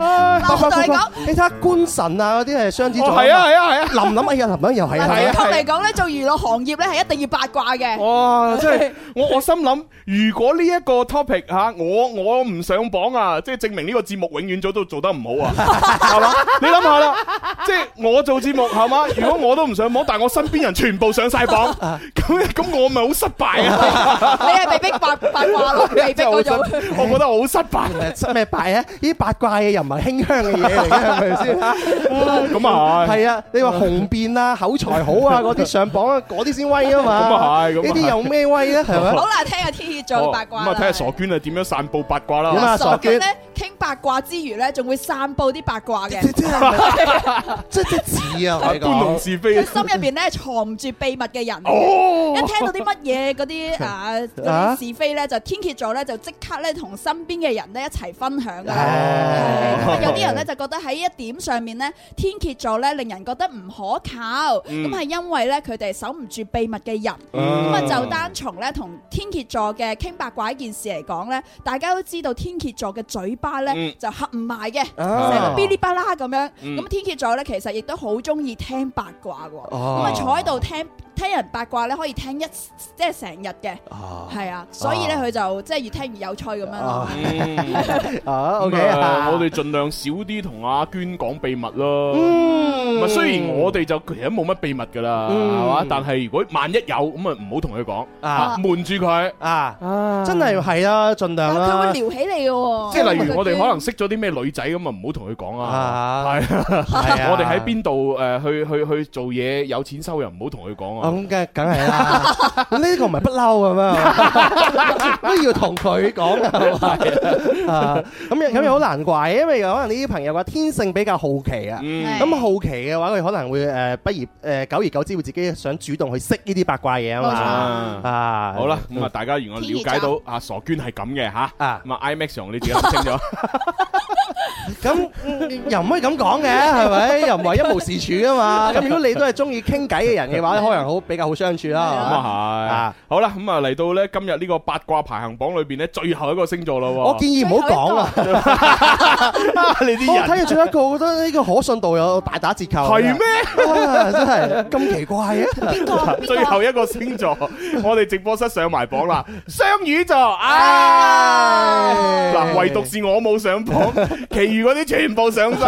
D: 嗱我同你講，
C: 你睇下官神啊嗰啲係雙子座嘛，
A: 哦係啊係啊係 啊
C: 林林哎呀，林林又係
D: 嗱，
C: 啊
D: 正，確嚟講咧，做娛樂行業咧係一定要八卦嘅。
A: 哇！真 係我我心諗，如果呢一個 topic 吓，我我唔上榜啊，即係證明呢個節目永遠早都做得唔 好啊，係嘛？你諗下啦，即係我做節目係嘛？如果我都唔上榜，但係我身邊人全部上晒 榜，咁咁我咪好失敗 啊！
D: 你係被逼八八 卦咯，被逼嗰種。
A: 我覺得好失 敗，
C: 失咩敗啊？呢啲八卦嘢又唔係輕香嘅嘢嚟嘅，係 咪先？
A: 咁啊係
C: 係啊！你話雄辯啊、口才好啊嗰啲 上榜啊，嗰啲先威啊嘛。
A: 咁啊係咁啊係
C: 呢啲有咩威咧？係咪？
D: 好啦，聽下天蝎座嘅八卦
A: 咁啊，睇下
D: 啦。
A: 傻娟啊點樣啊散佈八卦啦。
D: 傻娟咧，傾八卦之餘咧，仲會散佈啲八卦 嘅。
C: 即係似啊，我
A: 搬
C: 哋
A: 弄
C: 講
A: 是非
D: 佢。心入邊咧藏唔住秘密嘅人，
A: 哦
D: 一聽到啲乜嘢 嗰啲啊嗰啲是非咧，就天蝎座咧就即刻咧同身邊嘅人咧一齊分享噶啦。係咁啊有啲人咧就覺得喺一點上面咧，天蝎座咧令人覺得唔可靠，咁
M: 嗯
D: 係因為咧佢哋守唔住秘密嘅人，咁
M: 嗯
D: 啊就單從咧同天蝎座嘅傾八卦一件事嚟講咧，大家都知道天蝎座嘅嘴巴咧
M: 嗯
D: 就合唔埋嘅，成
M: 啊
D: 個嗶哩吧啦咁樣，
M: 嗯
D: 咁天蝎座咧其實亦都好好中意聽八卦嘅喎，咁
C: 哦
D: 啊坐喺度聽聽人八卦咧，可以聽一即係成日嘅，係啊，所以咧
A: 哦
D: 佢就即係越聽越有趣咁樣咯。
C: 啊
A: 嗯咁
C: 哦嗯 OK
A: 啊
C: 啊
A: 我哋盡量少啲同阿娟講秘密咯。
C: 嗯
A: 咪雖然我哋就其實冇乜秘密噶啦，
C: 嗯
A: 係嘛？但係如果萬一有咁啊，唔好同佢講，
C: 啊
A: 瞞住佢
C: 啊，真係係啦，盡量
D: 佢
C: 啦。
D: 會撩起你嘅喎，
A: 即係例如我哋可能
D: 係
A: 識咗啲咩女仔咁啊，唔好同佢講
C: 啊
A: 啊，係
C: 係啊
A: 啊，我哋喺邊度誒去去去做嘢有錢收又唔好同佢講啊。
C: 哦咁梗梗係啦，呢個唔係不嬲咁啊， 都要同佢講㗎啊。咁
A: 嗯
C: 又咁又好難怪，因為可能呢啲朋友嘅話天性比較好奇
A: 嗯
C: 啊。咁好奇嘅話，佢可能會誒，不如誒，久而久之會自己想主動去識呢啲八卦嘢啊
A: 冇錯
C: 嘛。啊，
A: 好啦，咁啊，大家如果了解到啊傻娟係咁嘅吓，咁啊 IMAX 上你自己諗清楚。
C: 咁嗯又唔可以咁講嘅，係咪？又唔係一無是處啊 嘛。咁如果你都係中意傾偈嘅人嘅話，可能好比較好相處啦。係
A: 咁
C: 嘛
A: 啊係，好啦，咁啊嚟到咧今日呢個八卦排行榜裏邊咧最後一個星座啦喎。
C: 我建議唔好講啊！
A: 你啲人
C: 哦我睇住最後一個，我覺得呢個可信度有大打折扣。
A: 係咩
C: 啊真係咁奇怪嘅。
A: 最後一個星座，我哋直播室上埋榜啦，雙魚座，唉，嗱，唯獨是我冇上 榜，其餘嗰啲全部上晒，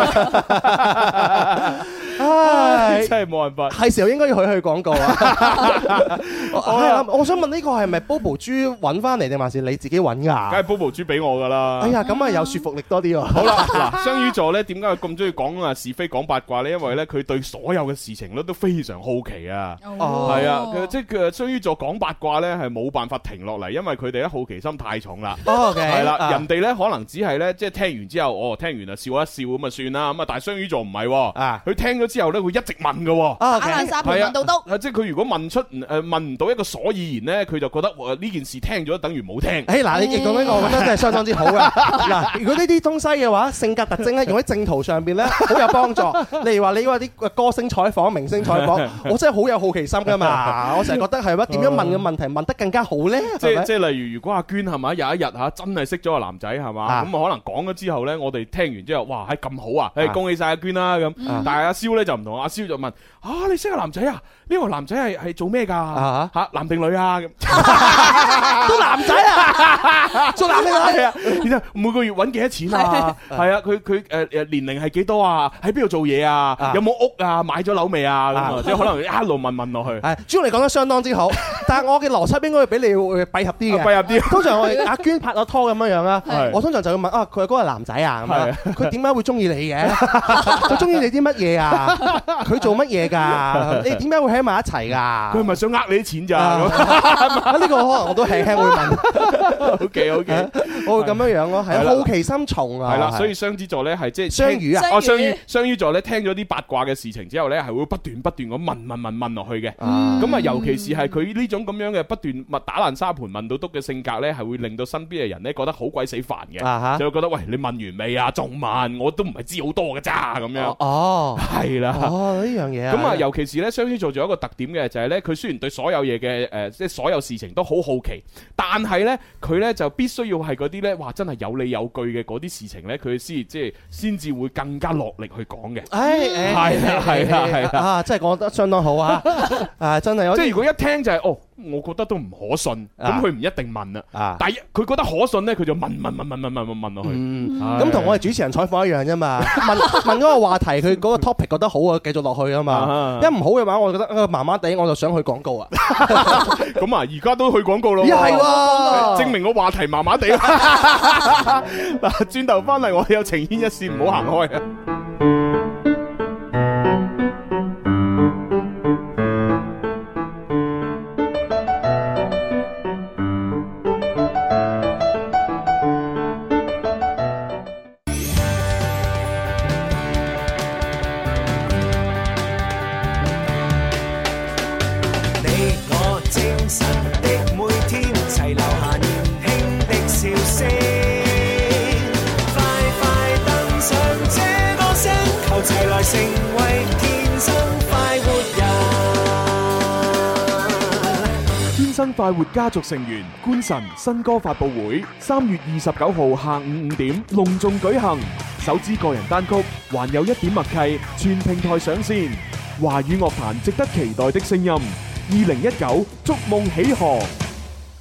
C: 唉，
A: 真係冇辦法。
C: 係時候應該要去去廣告 啊！我係啊，我想問呢個係咪 Bobo 豬揾翻嚟定還是你自己揾
A: 梗係
C: 㗎？
A: Bobo 豬俾我噶啦。
C: 哎呀，咁啊有說服力多啲喎。
A: 好啦，嗱，雙魚座咧，點解佢咁中意講啊是非講八卦呢？因為咧，佢對所有嘅事情咧都非常好奇啊，
C: 哦
A: 係啊，佢即係佢雙魚座講八卦咧係冇辦法停落嚟，因為佢哋咧好奇心太重啦。
C: 哦，OK，
A: 係啦，
C: 啊
A: 人哋咧可能只係咧即係聽完之後，哦，聽完啊笑一笑咁啊算啦，咁啊但係雙魚座唔係喎，
C: 啊
A: 佢聽咗之後咧佢一直問嘅喎，
C: 打
D: 爛沙盤
A: 係啊
D: 問到篤
A: 啊即係佢如果問出誒問唔到一個所以然咧，佢就覺得哇呢件事聽咗等於冇聽。
C: 誒哎嗱，你亦講呢個，我覺得真係相當之好 嘅。嗱，如果呢啲東西嘅話，性格特徵啊咧，用喺正途上邊咧，好有幫助。例如話你話啲呃歌星採訪、明星採 訪，我真係好有好奇心㗎嘛。我成日覺得係乜點樣問嘅問題問得更加好咧？
A: 即
C: 係咪
A: 係即係例如，如果阿娟係咪有一日嚇真係識咗個男仔係嘛，咁啊可能講咗之後咧，我哋聽完之後，哇係咁好啊，誒
N: 啊
A: 恭喜晒阿娟啦咁。
N: 啊
A: 但係阿蕭咧就唔同，阿蕭就問：啊你識個男仔啊？呢個男仔係係做咩㗎？嚇男定女 啊？咁
C: 都男仔啊， 做男 定
A: 係
C: 女
A: 啊？然後每個月揾幾多錢啊？係啊，佢佢誒誒年齡係幾多啊？喺邊度做嘢啊？有冇屋啊？買咗樓未啊？咁啊
C: 啊，
A: 即係可能一路問問落去。
C: 係，朱紅你講得相當之好，但係我嘅邏輯應該會比你會閉 合啲嘅。
A: 閉合啲
C: 通常我哋阿娟拍咗拖咁樣樣啦
A: 係，
C: 我通常就會問啊，佢嗰個男仔啊，咁樣
A: 係
C: 佢點解會中意你嘅？ 佢中意你啲乜嘢啊？佢做乜嘢㗎？你點解會喺埋一齊㗎？
A: 佢係咪想呃你啲錢咋？
C: 啊呢個可能我都輕輕會問，
A: O K O K，
C: 我會咁樣樣咯，係
A: 係
C: 啊
A: 啦
C: 好奇心重啊。
A: 係啦，
C: 係
A: 所以雙子座咧係即係
C: 雙魚啊
A: 聽哦，
C: 雙
A: 雙
C: 魚
A: 魚雙魚座咧聽咗啲八卦嘅事情之後咧，係會不斷不斷咁問問問問落去嘅。
C: 嗯
A: 咁啊，尤其是係佢呢種咁樣嘅不斷密打爛沙盤問到篤嘅性格咧，係會令到身邊嘅人咧覺得好鬼死煩
C: 啊哈
A: 嘅，就會覺得喂你問完未啊？仲問，我都唔係知好多嘅咋咁樣。
C: 哦，
A: 係啦。
C: 哦呢樣嘢啊。
A: 咁啊，尤其是咧，雙魚座仲有一個特點嘅就係咧，佢雖然對所有嘢嘅誒，即係所有事情都好好奇，但係咧佢咧就必須要係嗰啲咧，哇，真係有理有據嘅嗰啲事情咧，佢先即
C: 嗯
A: 係先至會更加落力去講嘅。
C: 唉，唉
A: 係啦係啦係啦
C: 啊，真係講得相當 好啊！啊，真係有啲
A: 即係如果一聽就係、哦，我覺得都唔可信，咁
C: 啊
A: 佢唔一定問啦。
C: 啊
A: 但係佢覺得可信咧，佢就問問問問問問問問落去。
C: 嗯
A: 係
C: 咁同我哋主持人採訪一樣啫嘛， 問問嗰個話題，佢 嗰個 topic 覺得好啊，繼續落去啊嘛。一唔好嘅話，我覺得呃麻麻地，我就想去廣告啊。
A: 咁啊，而家都去廣告咯喎，
C: 咦係喎
A: 證明個話題麻 麻地。嗱，轉頭翻嚟，我有情牽一線，唔好行開啊！
B: 你我精神的每天，齊留下年輕的笑聲。快快登上這個星球，齊來成為天生快活人。
P: 天生生快活家族成員官神新歌發佈會，三月二十九號下午五點隆重舉行。首支個人單曲《還有一點默契》，全平台上線。華語樂壇值得期待的聲音。二零一九，築夢起航。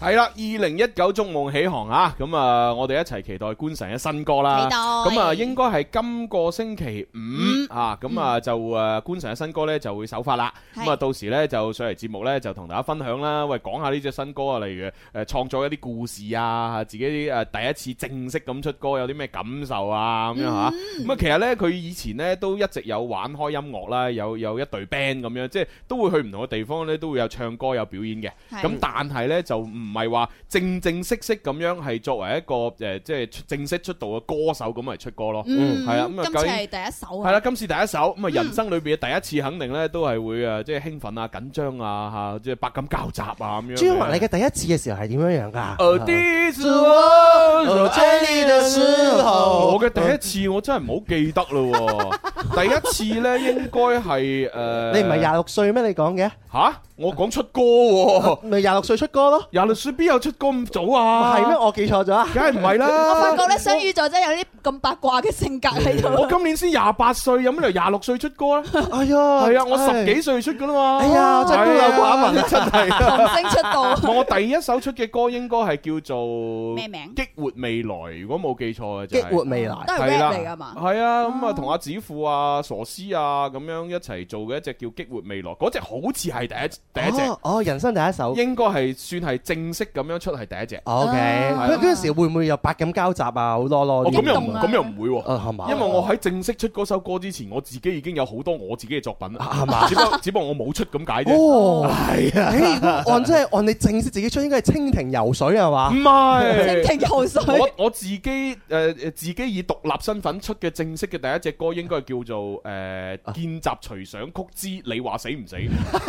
A: 系啦，二零一九中夢起航啊！咁啊，我哋一齊期待官神嘅新歌啦。
N: 期待
A: 咁啊，應該係今個星期五啊，咁啊就誒官神嘅新歌呢就會首發啦。咁啊，到時呢就上嚟節目呢，就同大家分享啦。喂，講下呢隻新歌啊，例如誒創作一啲故事啊，自己誒第一次正式咁出歌有啲咩感受啊咁樣嚇。咁啊，其實呢，佢以前呢都一直有玩開音樂啦，有有一隊 band 咁樣，即係都會去唔同嘅地方呢，都會有唱歌有表演嘅。
N: 係
A: 咁但係呢，就唔係話正正式式咁樣係作為一個誒、呃即係出正式出道嘅歌手咁嚟出歌咯，
D: 嗯，
A: 係啊，咁啊
D: 今
A: 究
D: 次
A: 竟
D: 係第一首
A: 係
D: 啊
A: 啦，，今次第一首咁啊，人生裏邊嘅第一次肯定咧都係會誒即係興奮啊、緊張啊嚇，即係百感交集啊咁樣。
C: 朱紅華，你嘅第一次嘅時候係點樣樣㗎？
A: 呃第一次
C: 我愛你的時候
A: 我嘅第一次我真係唔好記得 咯喎，第一次咧應該係誒，
C: 你唔係廿六歲咩？你講嘅
A: 嚇？我講出歌喎，
C: 咪廿六歲出歌咯？
A: 廿六歲邊有出歌咁早啊？
C: 係咩？我記錯咗啊？
A: 梗係唔係啦
D: 我發覺咧，雙魚座真係有啲咁八卦嘅性格喺
A: 我
D: 度。
A: 今年先廿八歲，有乜理由廿六歲出 歌咧？
C: 哎呀
A: 係啊，我十幾歲出噶啦嘛。
C: 哎呀真係孤陋寡 聞啊
A: 真係
C: 童星出道
A: 我第一首出嘅歌應該係叫做
D: 咩名
A: 激活未來，如果冇記錯嘅就係。
C: 激活未來都係 rap 嚟㗎嘛哦
A: 係啊，咁啊同阿子富啊、傻師啊咁樣一齊做嘅一隻叫激活未來，嗰隻好似係第一第一隻
C: 哦。哦，人生第一首。
A: 應該係算係正式咁樣出係第一隻。
C: O K，佢嗰陣時會唔會有百感交集啊？好囉
A: 哦
C: 囉
A: 咁
C: 啲。
A: 又唔咁又唔會喎，
C: 係嘛
A: 因為我喺正式出嗰首歌之前，我自己已經有好多我自己嘅作品啊啦，係
C: 嘛
A: 只不過只不過我冇出咁解啫。
C: 哦，
A: 係啊
C: 誒如果按真係按你正式自己出，應該係蜻蜓游水係嘛？
A: 唔 係
C: 我
A: 我我自己誒誒自己以獨立身份出嘅正式嘅第一隻歌應該叫做誒《見習隨想曲之你話死唔死》，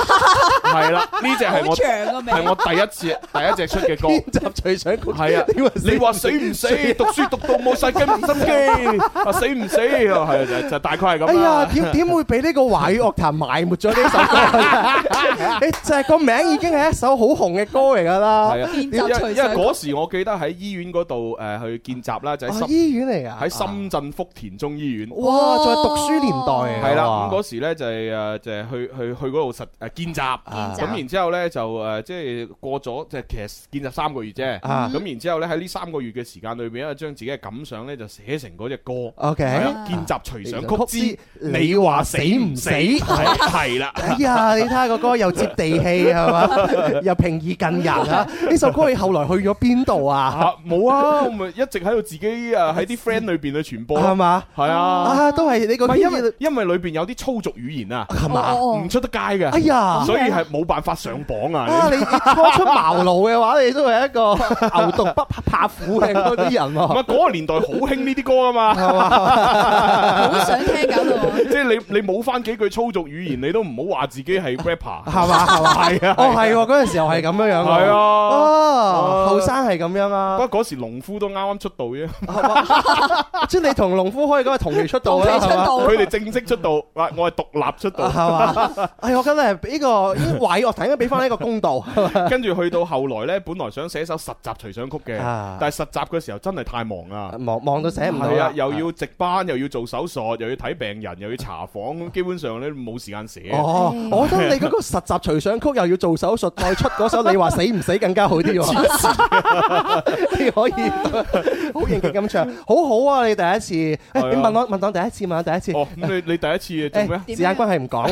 A: 係啦，呢隻係
D: 好
A: 我
D: 長個名
A: 係我第一次第一隻出嘅歌。
C: 編集隨想曲
A: 係 啊，你話死唔死？讀書讀到冇晒雞唔心機，啊死唔死啊？係啊就就大概係咁啦。
C: 哎呀，點點會俾呢個華語樂壇埋沒咗呢首歌？ 你就係個名已經係一首好紅嘅歌嚟㗎啦。
A: 係啊，因因
C: 點
A: 為嗰時我記得喺醫院嗰度誒去見習啦，就喺
C: 哦
A: 深
C: 醫院嚟㗎啊
A: 喺深圳福田中醫院。
C: 哇，仲係讀書年代啊！
A: 係啦，咁嗰時咧就係誒就係去去去嗰度實誒見習，
C: 習
A: 咁然之後咧就誒即係過咗即係其實見習三個月啫，
C: 啊
A: 咁然之後咧喺呢三個月嘅時間裏邊咧，將自己嘅感想咧就寫成嗰只歌
C: OK
A: 係啊見習隨想曲之
C: 你話死唔死
A: 係係 啦，
C: 哎呀，你睇下個歌又接地氣係 嘛，又平易近人啊！呢首歌你後來去咗邊度啊
A: 啊？冇啊，我咪一直喺度自己誒喺啲 friend 裏邊去傳播咯，
C: 係嘛？
A: 係啊。
C: 啊，都係你
A: 唔
C: 個
A: 係
C: 圈
A: 因
C: 子
A: 為因為裏邊有啲粗俗語言啊，
C: 係嘛哦哦
A: 唔出得街嘅，
C: 哎呀
A: 所以係冇辦法上榜
C: 啊！
A: 啊。
C: 你你初出茅廬嘅話，你都係一 個牛犢不怕虎嘅嗰啲人
A: 唔係
C: 喎。
A: 嗰個年代好興呢啲歌啊嘛，
C: 好
D: 想聽搞到
A: 即係你你冇翻幾句粗俗語言，你都唔好話自己係 rapper，
C: 係嘛係嘛
A: 係啊，
C: 哦係喎，嗰陣時候係咁樣樣喎
A: 係啊
C: 哦後生係咁樣啊，
A: 不過嗰時農夫都啱啱出道啫，
C: 即係你同農夫可以講係同期出道 啦，係嘛
A: 佢哋正式出道，啊我係獨立出道，
C: 係嘛？哎，我覺得係呢個呢個華語樂壇應該俾翻呢個公道。
A: 跟住去到後來呢，本來想寫首實習隨想曲嘅
C: 啊，
A: 但係實習嘅時候真係太忙啦，
C: 忙忙到寫唔到啦
A: 係啊，又要值班，又要做手術，又要睇病人，又要查房，咁基本上呢，冇時間寫。
C: 哦，我覺得你嗰個實習隨想曲又要做手術，再出嗰首你話死唔死更加好 啲喎。你可以 好認真咁唱，好好啊！你第一次，誒
A: 係啊
C: 你問我問我第一次，問我第一次。
A: 哦，咁你你第一次做咩啊
C: 誒？時間關係唔 講，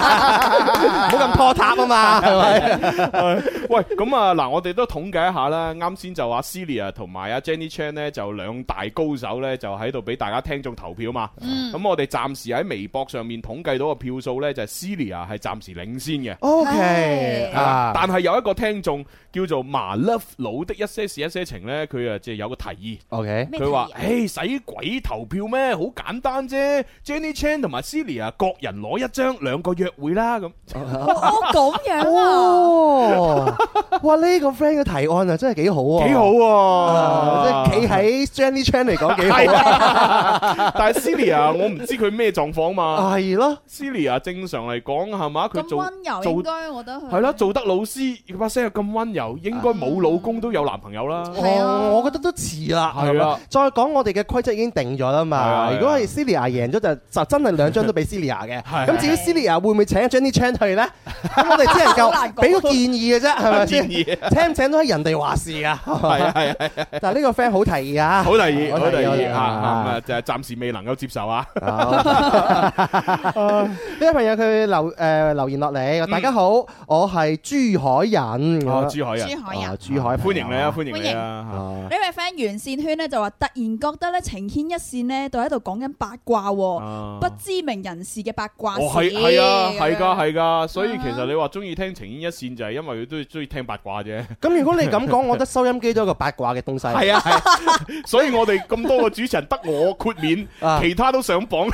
C: 唔好咁拖沓啊嘛，係咪？
A: 係喂，咁啊嗱，我哋都統計一下啦。啱先就阿 Celia 同埋阿 Jenny Chan 呢，就兩大高手呢，就喺度俾大家聽眾投票嘛。
C: 嗯
A: 咁我哋暫時喺微博上面統計到嘅票數呢，就係 Celia 係暫時領先嘅。
C: OK，
A: 啊
C: 啊
A: 但係有一個聽眾叫做麻 love 老的一些事一些情咧，佢啊即係有個提議。
D: 啊
A: 啊
C: OK
A: 佢話：，哎誒使鬼投票咩？好簡單啫。Jenny Chan 同埋 Celia 各人攞一張，兩個約會啦咁。
D: 哦咁樣啊
C: 哦，哇！呢個 friend 嘅提案啊，真係幾好啊，
A: 幾好
C: 啊，即係企喺 Jenny Chan 嚟講幾好啊。
A: 但係 Celia，我 唔知佢咩狀況嘛。
C: 係咯
A: ，Celia 正常嚟講係嘛？佢做
D: 溫柔
A: 做
D: 應該，我覺得佢
A: 係啦，做得老師佢把聲又咁温柔，應該冇老公都有男朋友啦。啊
C: 哦，我覺得都遲啦，
A: 係啊
C: 係嘛再講我哋嘅規則已經定咗
A: 係
C: 啦
A: 啊係
C: 嘛。
A: 啊
C: 如果係 Celia 贏咗就就真係兩張都俾 Celia 嘅。
A: 係
C: 咁至於 Celia 會唔會請 Jenny Chan 去呢？咁我哋只能
A: 好難
C: 夠
A: 講
C: 俾個建議嘅啫，係咪 先？
A: 建議啊
C: 請唔請都係人哋話事啊。
A: 係啊係啊係啊
C: 但係呢個 friend 好提議啊，
A: 好第二，好第
C: 好
A: 二
C: 提議
A: 啊！咁啊，就係暫時未能夠接受啊。
C: 呢位朋友 佢留誒留言落嚟，大家好，我係珠海人。
A: 嗯哦珠海人
D: 珠海人
C: 啊珠海朋友
A: 歡迎你啊，歡迎你
C: 啊！
D: 呢位 friend 袁善圈咧就話，突然覺得咧情牽一線咧，就喺度講緊八卦
A: 啊
D: 喎，哦不知名人士嘅八卦事。
A: 哦，係係啊，係噶係噶，所
D: 啊
A: 以其實你話中意聽情牽一線就係因為佢都中意聽八卦啫。
C: 咁如果你咁講，我覺得收音機都係一個八卦嘅東西。
A: 係啊係啊， 所以我哋咁多個主持人得我豁免，
C: 啊
A: 其他都上榜。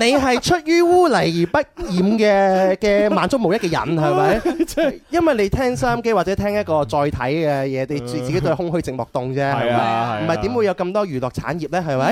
C: 你係出於污泥而 不染嘅嘅萬中無一嘅人係咪？因為你聽收音機或者聽一個載體嘅嘢，你自自己都係空虛寂寞凍啫，係
A: 係啊係啊
C: 咪？唔係點會有咁多娛樂產業呢？係咪？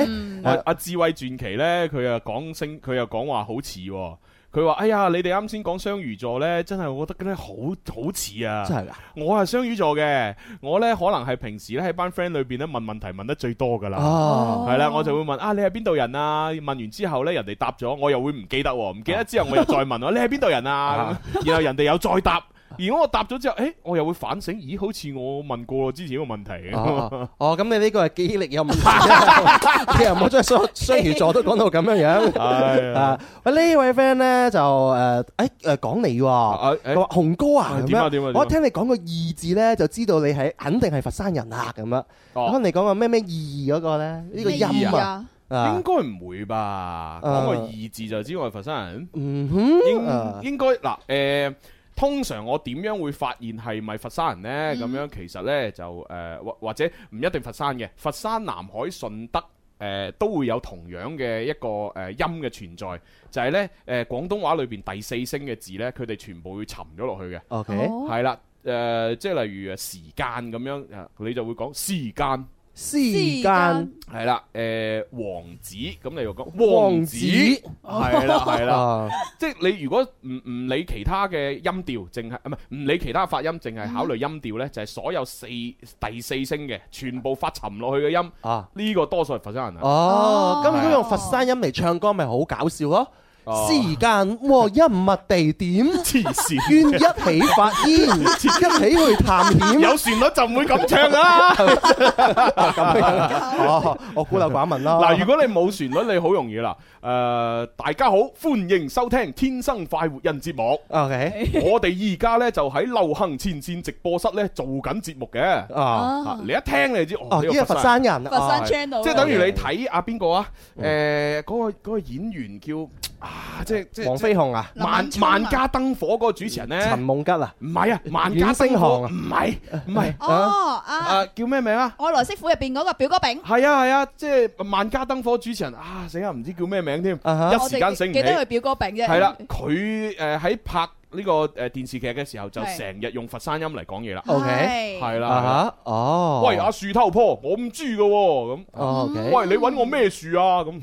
A: 啊阿阿智慧傳奇呢，佢又講聲，佢又講話好似喎。佢話：哎呀，你哋啱先講雙魚座呢，真係我覺得咧好好似啊！
C: 真係㗎
A: 我係雙魚座嘅，我呢可能係平時咧喺班 friend 裏邊咧問問題問得最多㗎啦。
C: 哦
A: 係啦，我就會問啊，你係邊度人啊？問完之後呢，人哋答咗，我又會唔記得喎，唔記得之後我又再問 我你係邊度人啊？咁然後人哋又再答。如果我答咗之後，誒，我又會反省，咦，好似我問過之前個問題嘅。
C: 哦，哦，咁你呢個係記憶力有問 題，你又唔好將雙雙魚座都講到咁樣
A: 係
C: 樣。啊，喂呢位 friend 咧就誒，誒誒講你喎，佢話紅哥啊，咁
A: 點啊點啊
C: 樣，
A: 點啊
C: 我一聽你講個義字咧，就知道你係肯定係佛山人啊，咁樣。
A: 哦
C: 可能你講個咩咩義嗰個咧，呢個音啊，啊
A: 應該唔會吧？講個二字就知我係佛山人。
C: 嗯
A: 應
C: 啊
A: 應該嗱誒。通常我點樣會發現係咪佛山人
C: 嗯
A: 呢？咁樣其實呢，就誒、或或者唔一定佛山嘅，佛山、南海、順德誒、都會有同樣嘅一個誒、音嘅存在，就係、呢誒、廣東話裏邊第四聲嘅字呢，佢哋全部會沉咗落去嘅。
C: OK 哦
A: 係啊啦，誒、即係例如誒時間咁樣，誒你就會講時間。
C: 時間
A: 係啦，誒王子咁你又講
C: 王
A: 王
C: 子
A: 子，係 啦係
C: 啊
A: 啦，即係你如果唔唔理其他嘅音調，淨係唔係唔理其他發音，淨
C: 嗯
A: 係考慮音調呢，就係所有四第四聲嘅全部發沉落去嘅音，
C: 啊
A: 呢個多數係佛山人啊。
C: 哦，咁如果
A: 係啊
C: 用佛山音嚟唱歌，咪好搞笑咯。
A: 哦
C: 時間和音物地點，
A: 線
C: 願一起發煙，一起去探險。
A: 有旋律就唔會咁唱 啦。
C: 咁樣啊哦，我孤陋寡聞啦。
A: 嗱，如果你冇旋律，你好容易啦。誒、大家好，歡迎收聽《天生快活人》節 目。
C: OK
A: 我哋而家呢就喺流行前線直播室呢做緊節目嘅。
D: 哦
C: 啊
A: 啊你一聽你就知，
C: 哦
A: 哦，呢
C: 呢個
A: 個
C: 佛山人佛山
A: 哦
D: 啊
C: channel
A: 即係等於你睇阿邊個啊？誒，
C: 嗯
A: 嗰個嗰個演員叫啊，即係即係
C: 黃飛鴻啊
A: 萬萬家燈火嗰個主持人呢。
C: 陳夢吉啊，
A: 唔係啊，萬家
C: 阮星
A: 燈
C: 航
A: 火
C: 啊
A: 唔係唔 係
D: 哦啊，
A: 叫咩名啊？
D: 我來媳婦入邊嗰個表哥炳，
A: 係啊係啊，即係萬家燈火主持人啊，死啊唔知叫咩名添，
C: 啊
D: 我
A: 一時間
D: 哋
A: 醒唔
D: 記得佢
A: 起。
D: 表哥炳啫。
A: 係啦，佢誒喺拍呢個誒電視劇嘅時候，就
D: 係
A: 成日用佛山音嚟講嘢啦。
C: OK
A: 係啦
C: 啊
A: 係啦
C: 哈。哦，
A: 喂，阿樹偷坡，我唔知噶喎，咁。
C: 哦，OK
A: 喂，你揾我咩樹啊？咁，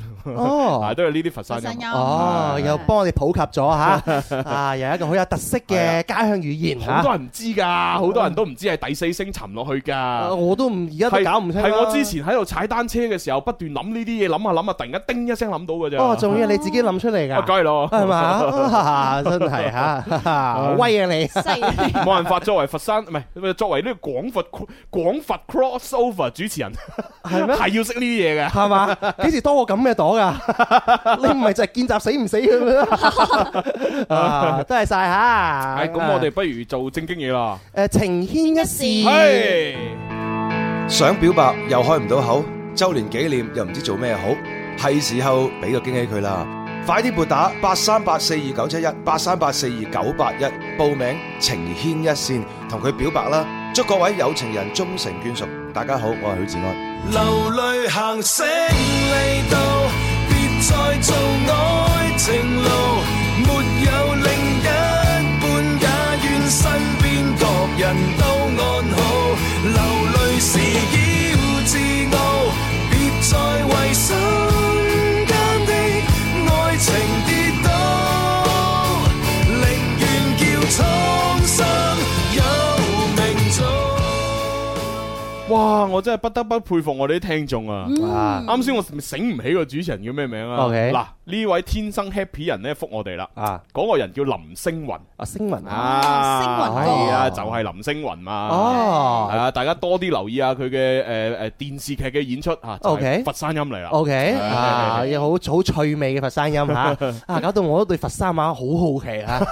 C: 哦
A: 啊都係呢啲佛山
C: 佛山
A: 音。
C: 音哦，又幫我哋普及咗 嚇，啊，又有一個好有特色嘅家鄉語言嚇
A: 啊
C: 哦
A: 好多人唔知噶，好多人都唔知係第四聲沉落去噶。
C: 啊我都唔而家都搞唔清
A: 啊
C: 啦
A: 係我之前喺度踩單車嘅時候，不斷諗呢啲嘢，諗下諗下，突然間叮一聲諗到噶咋。
C: 哦，仲要你自己諗出嚟
A: 啊
C: 㗎，
A: 梗係咯
C: 係嘛 啊？真係 嚇，威啊你！
A: 冇辦法，作為佛山唔係作為呢個廣佛廣佛 crossover 主持人，係
C: 咩啊
A: 係要識呢啲嘢嘅，
C: 係嘛？幾時多過咁嘅朵㗎？ 你唔係就係見習死唔死咁樣啊？多謝晒嚇！
A: 係咁，我哋不如做正經嘢啦。
C: 誒情牽一線。
A: 係。
O: 想表白又開唔到口，周年紀念又唔知做咩好，係時候俾個驚喜佢啦！快啲撥打八三八四二九七一八三八四二九八一報名情牽一線，同佢表白啦！祝各位有情人終成眷屬。大家好，我係許志安。
G: 流泪行勝利道，別再做愛情路，沒有另一半，也願身邊各人都安好。流淚時要自傲，別再為身間的愛情跌倒，寧願叫蒼生有明早。
A: 哇！我真係不得不佩服我哋啲聽眾啊！
G: 嗯
A: 哇啱先我醒唔起個主持人叫咩名啊
C: OK
A: 嗱，呢位天生 happy 人咧，覆我哋啦。啊，嗰個人叫林星雲。
C: 啊，星雲
A: 啊，
C: 星雲哥
A: 係啊，就係林星雲嘛。
C: 哦
A: 係啊，大家多啲留意下佢嘅誒誒電視劇嘅演出嚇。就係
C: OK 哦
A: 佛山音嚟啦。
C: OK
A: 係
C: 啊，有好好趣味嘅佛山音嚇，啊搞到我都對佛山話好好 奇嚇，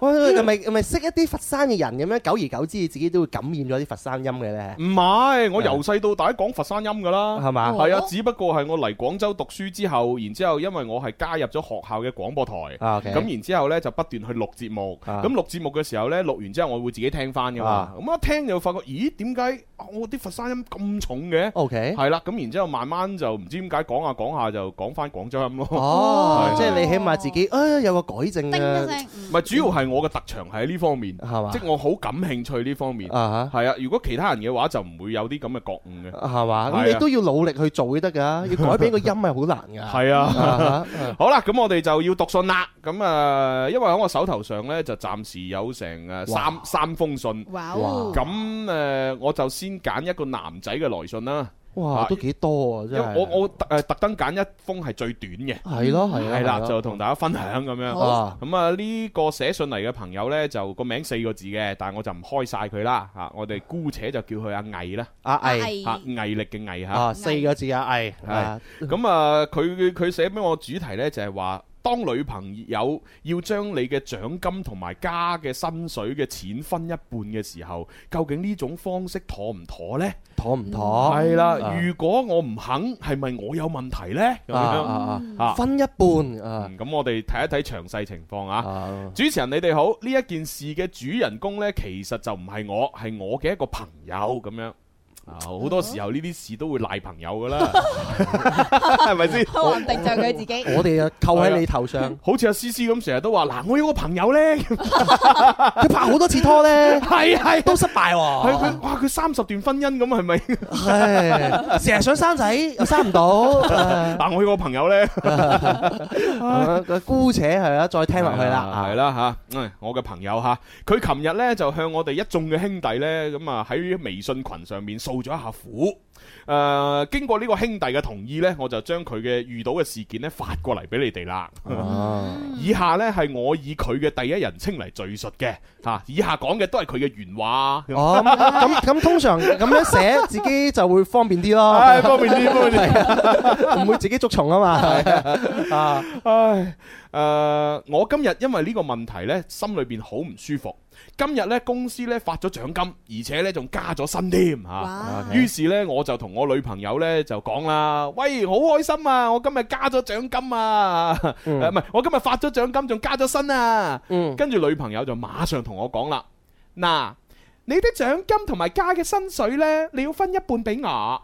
C: 我係咪係咪識一啲佛山嘅人咁樣，久而久之自己都會感染咗啲佛山音嘅咧？
A: 唔係，
C: 啊
A: 我由細到大講佛山音噶啦，
C: 係嘛
A: 係啊
C: 哦，
A: 只不過係我嚟廣州讀書之後，然之後因為我係加入咗學校嘅廣播台，
C: 啊，OK
A: 咁然之後呢就不斷去錄節目，
C: 啊
A: 咁錄節目嘅時候呢，錄完之後我會自己聽翻噶嘛
C: 啊，
A: 咁一聽就發覺，咦，點解我啲佛山音咁重嘅
C: ？OK，
A: 係啦，咁然之後慢慢就唔知點解講下講下就講翻廣州音咯，
C: 哦，
A: 係
C: 即係你起碼自己啊有個改正嘅，
A: 唔係主要係我嘅特長係喺呢方面，係
C: 嘛
A: 即係我好感興趣呢方面，
C: 啊
A: 係啊。如果其他人嘅話，就唔會有啲咁嘅覺悟嘅，
C: 係嘛？
A: 係啊
C: 咁你都要努力去做先得㗎，要改變個音係好難㗎。
A: 係啊
C: 啊，
A: 好啦，咁我哋就要讀信啦。咁啊，因為喺我手頭上呢，就暫時有成誒三三封信。
D: 哇哦
A: 咁誒，我就先揀一個男仔嘅來信啦。
C: 哇，
A: 啊
C: 都幾多啊！
A: 因
C: 真
A: 為我
C: 係。
A: 我呃特誒特登揀一封係最短嘅，
C: 係咯係咯
A: 係啦，
C: 係咯啊
A: 就同大家分享咁樣。
C: 好
A: 咁啊，呢個寫信嚟嘅朋友呢，就個名四個字嘅，但係我就唔開晒佢啦嚇，我哋姑且就叫佢阿毅啦，
C: 阿毅
A: 嚇毅力嘅毅嚇，
C: 啊，四個字啊，毅
A: 係
C: 啊，
A: 咁啊，佢佢寫俾我主題呢，就係話。當女朋友要將你嘅獎金同埋加嘅薪水嘅錢分一半嘅時候，究竟呢種方式妥唔妥呢？
C: 妥唔妥？
A: 係啦，
C: 啊
A: 如果我唔肯，係咪我有問題呢？咁
C: 啊
A: 樣
C: 啊啊
A: 啊
C: 分一半啊，
A: 嗯咁我哋睇一睇詳細情況啊。主持人你哋好，呢一件事嘅主人公呢，其實就唔係我，係我嘅一個朋友咁樣。啊好多時候呢啲事都會賴朋友噶 啦，係咪先？
D: 話唔定就係佢自己
C: 我哋啊扣喺你頭上，
A: 好似阿思思咁成日都話嗱，我有個朋 友呢，
C: 佢拍好多次拖 咧，
A: 係係
C: 都失敗
A: 係
C: 喎。
A: 佢哇佢三十段婚姻咁係咪？
C: 係成日 想生仔又生唔到，啊
A: 嗱，我有個朋友呢。
C: 姑且係啦，再聽落去啦。啊
A: 係啊啦吓，唉我嘅朋友吓，佢琴日呢就向我哋一眾嘅兄弟呢，咁啊喺微信群上面訴咗一下苦。誒、經過呢個兄弟嘅同意呢，我就將佢嘅遇到嘅事件呢發過嚟俾你哋啦。
C: 嗯
A: 以下呢係我以佢嘅第一人稱嚟敘述嘅嚇、以下講嘅都係佢嘅原話。
C: 哦，咁咁咁通常咁樣寫自己就會方便啲咯，
A: 唉方便啲方便啲
C: 啲，唔會自己捉蟲啊嘛。啊，
A: 唉，誒、我今日因為呢個問題呢，心裏邊好唔舒服。今日呢，公司呢發咗獎金，而且呢仲加咗薪添嚇。於是呢，我就同我女朋友呢就講啦：，喂，好開心啊！我今日加咗獎金啊！誒 唔係、我今日發咗獎金，仲加咗薪啊！跟住女朋友就馬上同我講啦：，嗱，你的獎金同埋加嘅薪水呢，你要分一半俾我。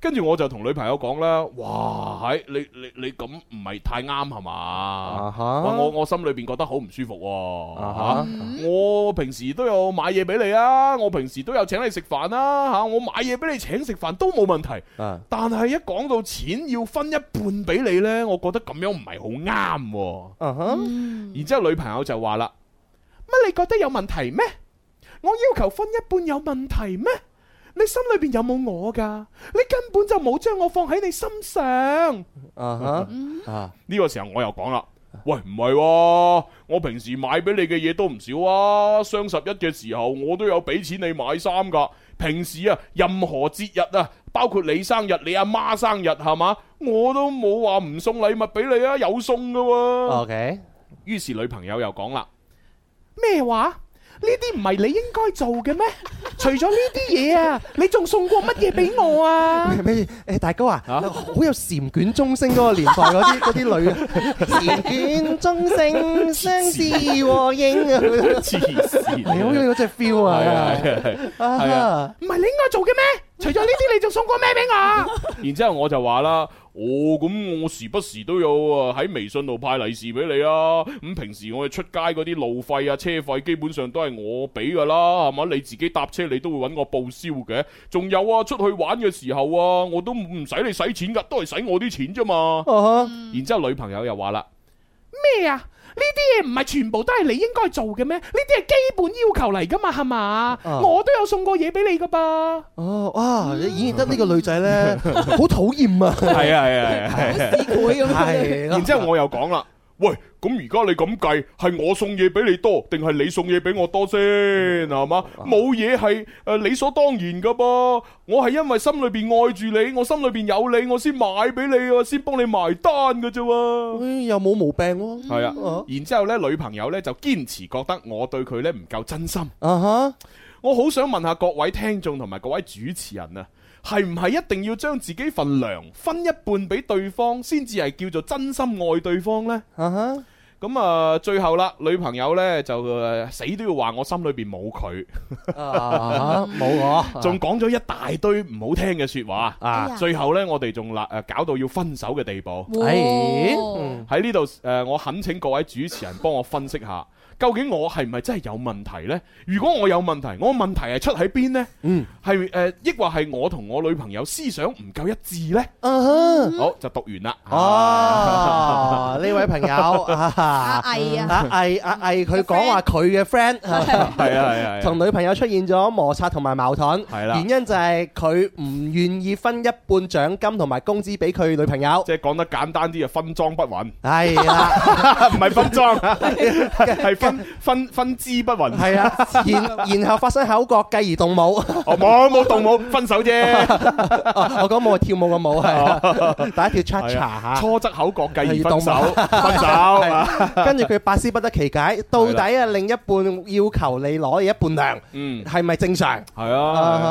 A: 跟住我就同女朋友講啦，哇，係你你你咁唔係太啱係嘛？
C: 啊哈
A: 哇我我心裏邊覺得好唔舒服喎、
C: 哈
A: 嚇我平時都有買嘢俾你啊，我平時都有請你食飯啦、嚇我買嘢俾你請食飯都冇問題。
C: 啊
A: 但係一講到錢要分一半俾你呢，我覺得咁樣唔係好啱喎。然之後女朋友就話啦：乜你覺得有問題咩？我要求分一半有問題咩？你心裏邊有冇我噶？你根本就冇將我放喺你心上。
C: 啊哈啊，
A: 呢個時候我又講啦。喂，唔係喎，我平時買俾你嘅嘢都唔少啊！雙十一嘅時候，我都有俾錢你買衫噶。平時啊，任何節日啊，包括你生日、你阿媽生日，係嘛，我都冇話唔送禮物俾你啊，
C: 啊
A: 有送噶喎、
C: OK，
A: 於是女朋友又講啦。
S: 咩話？
P: 呢啲唔係你應該做嘅 咩？除咗呢啲嘢啊，你仲送過乜嘢俾我啊？
C: 咩？誒大哥啊，好有禪卷鐘聲嗰個年代嗰啲嗰啲女啊，禪卷鐘聲相思和應啊，
A: 黐線，
C: 你好啊有嗰只 feel à. 啊，
A: 係啊。
P: 唔係你應該做嘅咩？除咗呢啲，你仲送過咩俾我？
A: 然之後我就話啦。哦，咁我時不時都有啊喺微信度派利是俾你啊。咁平時我哋出街嗰啲路費啊、車費，基本上都係我俾噶啦，係嘛？你自己搭車你都會揾我報銷嘅。仲有啊，出去玩嘅時候啊，我都唔使你使錢噶，都係使我啲錢啫嘛。
C: Ờ
A: 然之後女朋友又話啦。
P: 嗯咩啊？呢啲嘢唔係全部都係你應該做嘅咩？呢啲係基本要求嚟噶嘛，係嘛？
C: 啊
P: 我都有送過嘢俾你噶噃。
C: 哦，哇！你演繹得呢個女仔咧，好討厭啊！
A: 係啊係啊係啊，
C: 咁樣
A: 係然之後我又講啦，喂，咁而家你咁計，係我送嘢俾你多，定係你送嘢俾我多先，係嘛？冇嘢係誒理所當然噶噃，我係因為心裏邊愛住你，我心裏邊有你，我先買俾你啊，先幫你埋單噶啫喎。
C: 又冇毛病喎。
A: 係啊，然之後咧，女朋友咧就堅持覺得我對佢咧唔夠真心。
C: 啊哈！
A: 我好想問下各位聽眾同埋各位主持人啊，係唔係一定要將自己份糧分一半俾對方，先至係叫做真心愛對方呢？
C: 啊哈！
A: 咁啊，最後啦，女朋友呢就呃死都要話我心裏邊冇佢，
C: 啊冇我
A: 仲講咗一大堆唔好聽嘅説話
C: 哎呀
A: 最後呢，我哋仲鬧誒搞到要分手嘅地步。
C: 哇哎嗯
A: 喺呢度誒，我懇請各位主持人幫我分析下，究竟我係咪真係有問題呢？如果我有問題，我問題係出喺邊呢？嗯，係誒，抑或係我同我女朋友思想唔夠一致呢？
C: Ờ
A: 好，就讀完啦。
C: 哦，呢位朋友啊，阿
D: 毅啊
C: 阿毅阿毅，佢講話佢嘅 friend
A: 係啊係啊啊
C: 同女朋友出現咗摩擦同埋矛盾，
A: 係啦
C: 原因就係佢唔願意分一半獎金同埋工資俾佢女朋友，
A: 即係講得簡單啲啊，分裝不穩。
C: 係啦，
A: 唔 係啊分裝，係分分分支不穩。
C: 係啊，然然後發生口角，繼而動武。哦
A: 哦，冇冇動武，分手啫。
C: 我講舞係跳舞嘅舞
A: 哦
C: 係，大家跳 cha cha 嚇。
A: 初則口角，繼而分
C: 動
A: 手，
C: 武
A: 分手
C: 係
A: 啊。
C: 跟住佢百思不 得其解，到底啊另一半要求你攞你一半糧，
A: 嗯，
C: 係咪正常？
A: 係啊，
C: 啊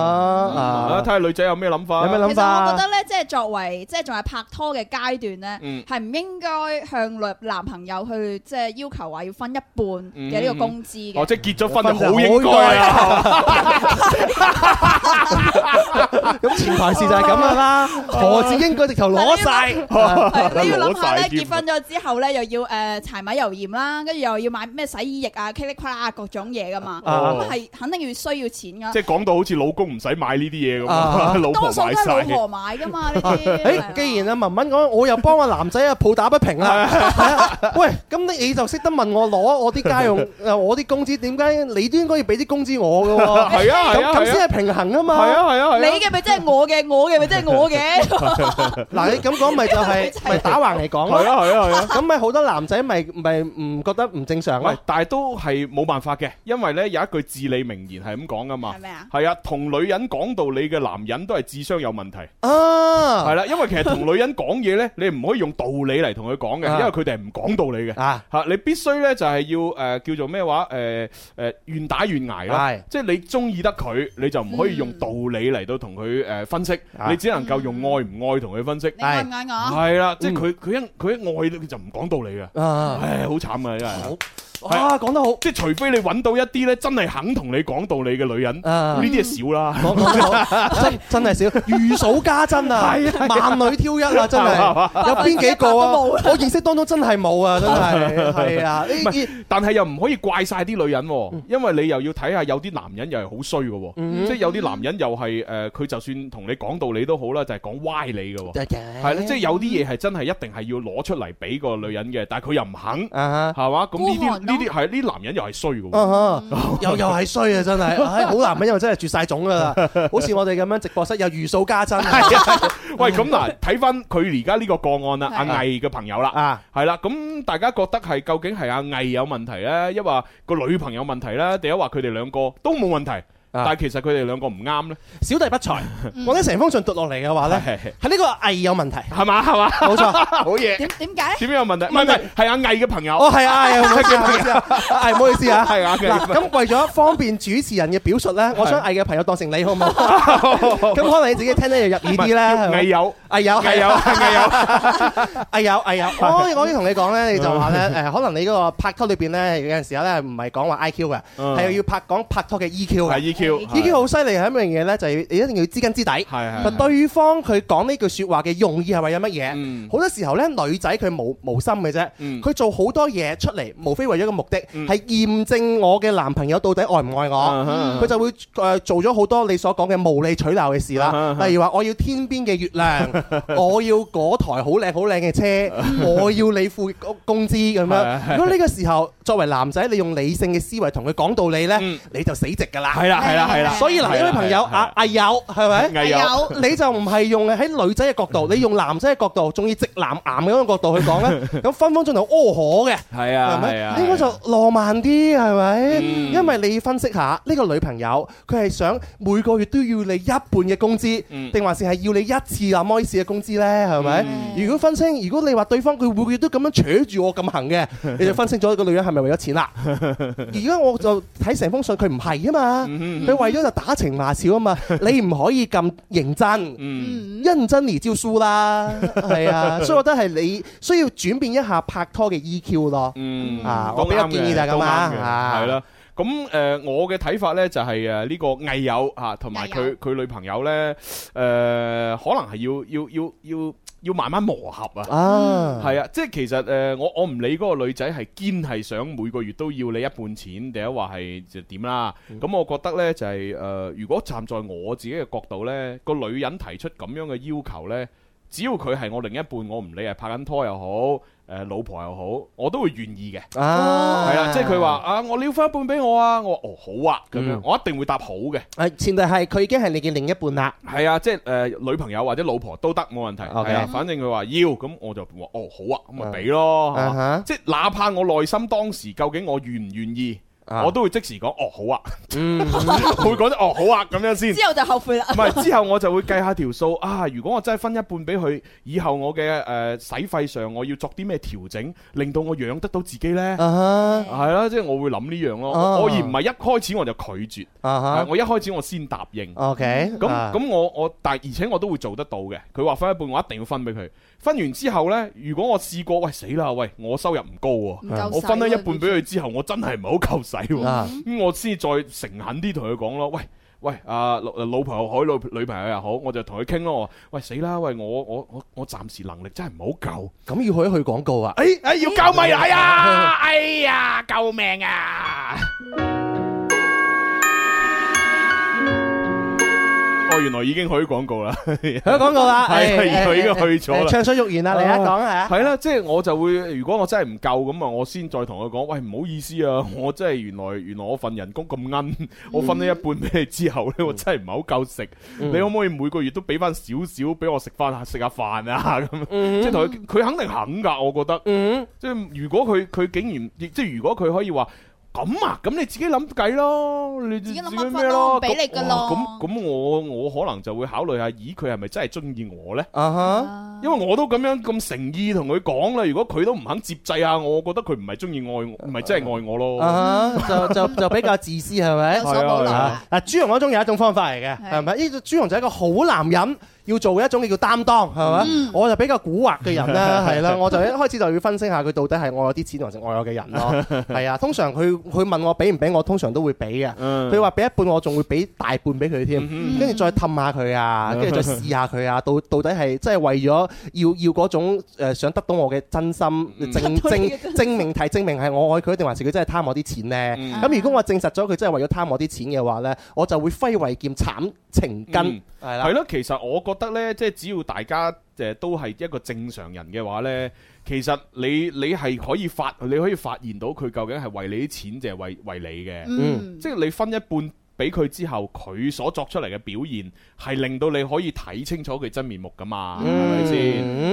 A: 啊睇下女仔有咩諗法，
C: 有咩諗
D: 其實我覺得咧，即係作為即係仲係拍拖嘅階段
A: 嗯
D: 咧，係唔應該向女男朋友去即係要求話要分一半嘅呢個工資
A: 哦，
D: 嘅。
A: 即係結咗婚就好應該啊！
C: 咁前排事就係咁樣啦，何止應該直頭攞晒，
D: 你要諗下咧，
C: 結
D: 結婚咗之後咧，又要誒柴米油鹽啦，跟住又要買咩洗衣液啊、噼里啪啦啊各種嘢噶嘛，
A: 哦
D: 咁係肯定要需要錢噶。
A: 即係講到好似老公唔使買呢啲嘢咁啊，
C: 啊
A: 老婆
D: 多數都
A: 買
D: 係
A: 晒。
D: 老婆買噶嘛呢啲。
C: 誒，既然阿文文講，我又幫個男仔啊抱打不平 啦。喂，咁你你就識得問我攞我啲家用， 誒我啲工資，點解你都應該要俾啲工資我嘅喎？
A: 係啊係啊係
C: 咁咁
A: 啊
C: 先係平衡啊嘛。
A: 係啊係啊係啊
D: 你嘅咪即係我嘅，我嘅咪即係我嘅。
C: 嗱，你咁講咪 就係咪打橫嚟講咯？
A: 係啊係啊係啊
C: 咁咪好多男仔咪咪唔覺得唔正常
A: 喂
C: 咯？，
A: 但係都係冇辦法嘅，因為呢有一句至理名言係咁講噶嘛。係
D: 咩啊？
A: 係啊，同女人講道理嘅男人都係智商有問題。
C: 啊，
A: 係啦，因為其實同女人講嘢呢，你唔可以用道理嚟同佢講嘅，
C: 啊
A: 因為佢哋係唔講道理嘅。
C: 啊
A: 嚇，你必須呢就係要誒叫做咩話誒誒願打願挨啦
C: 係，
A: 即係你中意得佢，你就唔可以用道理嚟到同佢誒分析，
C: 啊
A: 你只能夠用愛唔愛同佢分析。
D: 你愛唔愛我
A: 係啦，即係
C: 嗯
A: 佢佢一佢一愛佢就唔講道理嘅。
C: 啊
A: 唉，好慘啊，真係。
C: 啊，講得好，
A: 即係除非你揾到一啲呢真係肯同你講道理嘅女人，
C: 啊
A: 呢啲係少啦。
C: 講講講真真係少，如數家珍啊
A: 係啊係，啊
C: 萬女挑一啊，真
A: 係嘛
C: 係有邊幾 個啊？我認識當中真係冇啊，真係係啊，
A: 唔
C: 呢
A: 係 但係又唔可以怪晒啲女人喎，因為你又要睇下有啲男人又係好衰嘅喎，
C: 嗯
A: 即係有啲男人又係誒，佢就算同你講道理都好啦，就係講歪你嘅喎，
C: 得嘅
A: 係啦，即係有啲嘢係真係一定係要攞出嚟俾個女人嘅，但係佢又唔肯，
C: 啊
A: 係嘛？咁呢
C: 孤
A: 啲
C: 寒
A: 呢
C: 咯
A: 啲係呢啲男人又係衰嘅喎，
C: 啊哈又又係衰啊！真係，唉，好男人又真係絕晒種噶啦，好似我哋咁樣直播室有如數家 珍啊，
A: 喂，咁嗱，睇翻佢而家呢個個案啦，
C: 係
A: 阿毅嘅朋友啦
C: 啊，
A: 係啦，咁大家覺得係究竟係阿毅有問題咧，抑或個女朋友問題咧，定係話佢哋兩個都冇問題？
C: 啊
A: 但係其實佢哋兩個唔啱咧，
C: 小弟不才，我啲成封信讀落嚟嘅話咧，係呢個藝有問題，
A: 係嘛係嘛，
C: 冇錯，
A: 好嘢。
D: 點點解？
A: 點樣有問題？唔係唔係，係阿毅嘅朋友。
C: 哦，係啊，係啊，唔好意思
A: 係
C: 啊，唔好意思啊，係唔好意思啊，
A: 係啊嘅
C: 嗱，咁為咗方便主持人嘅表述咧，我將藝嘅朋友當成你好唔好？
A: 哦
C: 咁可能你自己聽得又入耳啲啦。 係咪
A: 藝
C: 哎
A: 友，
C: 藝友，
A: 藝友藝友，
C: 哦藝友，藝友。哎我我要同你講咧，你就話咧，
A: 嗯
C: 誒，可能你嗰個拍拖裏邊咧，有陣時候咧唔係講話 I Q 嘅，
A: 嗯
C: 哦係要拍講拍拖嘅 E Q 嘅。
A: 係 EQ 係
C: EQ 好犀利係一樣嘢咧，就係你一定要知根知底。係
A: 係係
C: 對方佢講呢句説話嘅用意係為咗乜
A: 嗯
C: 嘢？好多時候咧，女仔佢冇無心嘅啫，佢做好多嘢出嚟，無非為咗一個目的，係驗證我嘅男朋友到底愛唔愛我
A: 嗯。
C: 佢就會誒做咗好多你所講嘅無理取鬧嘅事啦
A: 嗯，嗯
C: 例如話我要天邊嘅月亮，我要嗰台好靚好靚嘅車，我要你付工工資咁
A: 係
C: 樣。
A: 係
C: 如果呢個時候作為男仔，你用理性嘅思維同佢講道理呢，你就死直㗎啦。
A: 係啦係啦係啦
C: 所以
A: 係
C: 嗱，
A: 啦
C: 呢位朋友
A: 係啦
C: 啊，阿友係咪？
A: 藝友嗯
C: 你就唔係用喺女仔嘅角度，你用男仔嘅角度，仲要直男癌嗰個角度去講呢， 咁分分鐘就哦呵可嘅。
A: 係啊
C: 係
A: 係
C: 咪
A: 啊？嗯
C: 應該就浪漫啲係咪？因為你分析下呢個女朋友，佢係想每個月都要你一半嘅工資，
A: 嗯
C: 定還是係要你一次啊那麼一次嘅工資呢？係咪？
A: 嗯
C: 如果分清，如果你話對方佢每個月都咁樣扯住我咁 行嘅，你就分清咗個女人係咪為咗錢啦？而家我就睇成封信，佢唔係啊嘛，
A: 嗯
C: 佢為咗就打情罵俏 啊嘛，你唔可以咁認真，
A: Ừ.
D: Ừ,
C: 認真而招輸啦，係啊，所以我覺得係你需要轉變一下拍拖嘅 EQ 咯。
A: 嗯
C: 啊，我比較建議就係咁啊，
A: 係啦。咁誒、我嘅睇法咧就係誒呢個藝友嚇，同埋佢佢女朋友咧誒、可能係要要要要要慢慢磨合啊
C: 啊。
A: 係啊，即係其實誒，我我唔理嗰個女仔係堅係想每個月都要你一半錢，定係話係就點啦。
C: 嗯
A: 咁我覺得咧就係誒，如果站在我自己嘅角度咧，個女人提出咁樣嘅要求咧。只要佢係我另一半，我唔理係拍緊拖又好，誒老婆又好，我都會願意嘅。
C: 啊
A: 係啦，即係佢話啊，我撩翻一半俾我啊，我話哦好啊，咁樣
C: 嗯
A: 我一定會答好嘅。
C: 誒，啊前提係佢已經係你嘅另一半啦。
A: 係啊，即係誒女朋友或者老婆都得冇問題。
C: OK
A: 係啊，反正佢話要，咁我就話哦好啊，咁咪俾咯。係
C: 啊
A: 嘛
C: 哈
A: 即係哪怕我內心當時究竟我願唔願意，
C: 啊
A: 我都會即時講哦好啊，
C: 嗯
A: 會講得哦好啊咁樣先。
D: 之後就後悔啦。
A: 唔係之後我就會計下條數啊！如果我真係分一半俾佢，以後我嘅誒使費上我要作啲咩調整，令到我養得到自己呢？
C: 啊
A: 係啦，即係我會諗呢樣咯。
C: 啊
A: 我而唔係一開始我就拒絕，
C: 啊哈
A: 係我一開始我先答應。
C: OK，
A: 咁
C: 啊
A: 咁我我但而且我都會做得到嘅。佢話分一半，我一定要分俾佢。分完之後呢，如果我試過，喂死啦，喂我收入唔高
C: 唔夠
A: 喎，
C: 使
A: 我分咗一半俾佢之後，我真係唔係好夠使喎。
C: 啊
A: 咁我先再誠懇啲同佢講咯，喂。喂，啊老老朋友好，女女朋友又好，我就同佢傾咯。我話喂死啦，喂我我我我暫時能力真係唔好夠。
C: 咁要去一去廣告啊？
A: 誒誒，要交咪奶啊！哎呀，救命啊！哦，原來已經去咗廣告啦，去
C: 咗廣告啊哎啦
A: 係
C: 誒
A: 佢已經
C: 誒誒
A: 去咗啦，
C: 誒暢所欲言啦你啊講啊
A: 係啦，即係我就會，如果我真係唔夠咁啊，我先再同佢講，喂，唔好意思啊， 我真係原來原來我份人工咁奀，我分咗一半俾你之後咧，我真係唔係好夠食，
N: 嗯
A: 你可唔可以每個月都俾翻少少俾我食翻食下飯啊 咁？
N: 嗯
A: 即係同佢，佢肯定肯㗎，我覺得。即係如果佢佢竟然，即係如果佢可以話。咁啊，咁你自己諗計咯，你自己
D: 諗
A: 諗
D: 辦法咯俾你㗎咯
A: 咁咁我我可能就會考慮下，咦佢係咪真係中意我呢？
C: 啊
A: 哈！因為我都咁樣咁誠意同佢講啦，如果佢都唔肯接濟下我，我覺得佢唔係中意愛我，
N: 啊
A: 唔係真係愛我咯。
C: 啊哈，就就就比較自私係咪？
A: 有所保留啊
C: 嗱，朱紅嗰種有一種方法嚟嘅，係咪？呢個朱紅就係一個好男人，要做一種叫擔當，係咪？我就比較古惑嘅人啦，係啦，我就一開始就要分析下佢到底係愛我啲錢，還是愛我嘅人咯。係啊，通常佢佢問我俾唔俾，我通常都會俾嘅。佢話俾一半，我仲會俾大半俾
A: 嗯
C: 佢添，
N: 嗯
C: 跟住再氹下佢啊，跟住再試下佢啊，到到底係即係為咗要要嗰種誒想得到我嘅真心正
A: 嗯得到你嘅
C: 正
A: 真 心。
C: 證明題證明係我愛佢，定還是佢真係貪我啲錢
A: 嗯
C: 呢？咁、如果我證實咗佢真係為咗貪我啲錢嘅話呢，我就會揮慧劍斬情根。係啦
A: 嗯係咯，其實我覺得呢，即係只要大家誒都係一個正常人嘅話呢，其實你你係可以發你可以發現到佢究竟係為你啲錢定係為為你嘅，
D: Ừ.
N: 嗯
A: 即係你分一半。俾佢之後，佢所作出嚟嘅表現係令到你可以睇清楚佢真面目噶嘛，係咪先？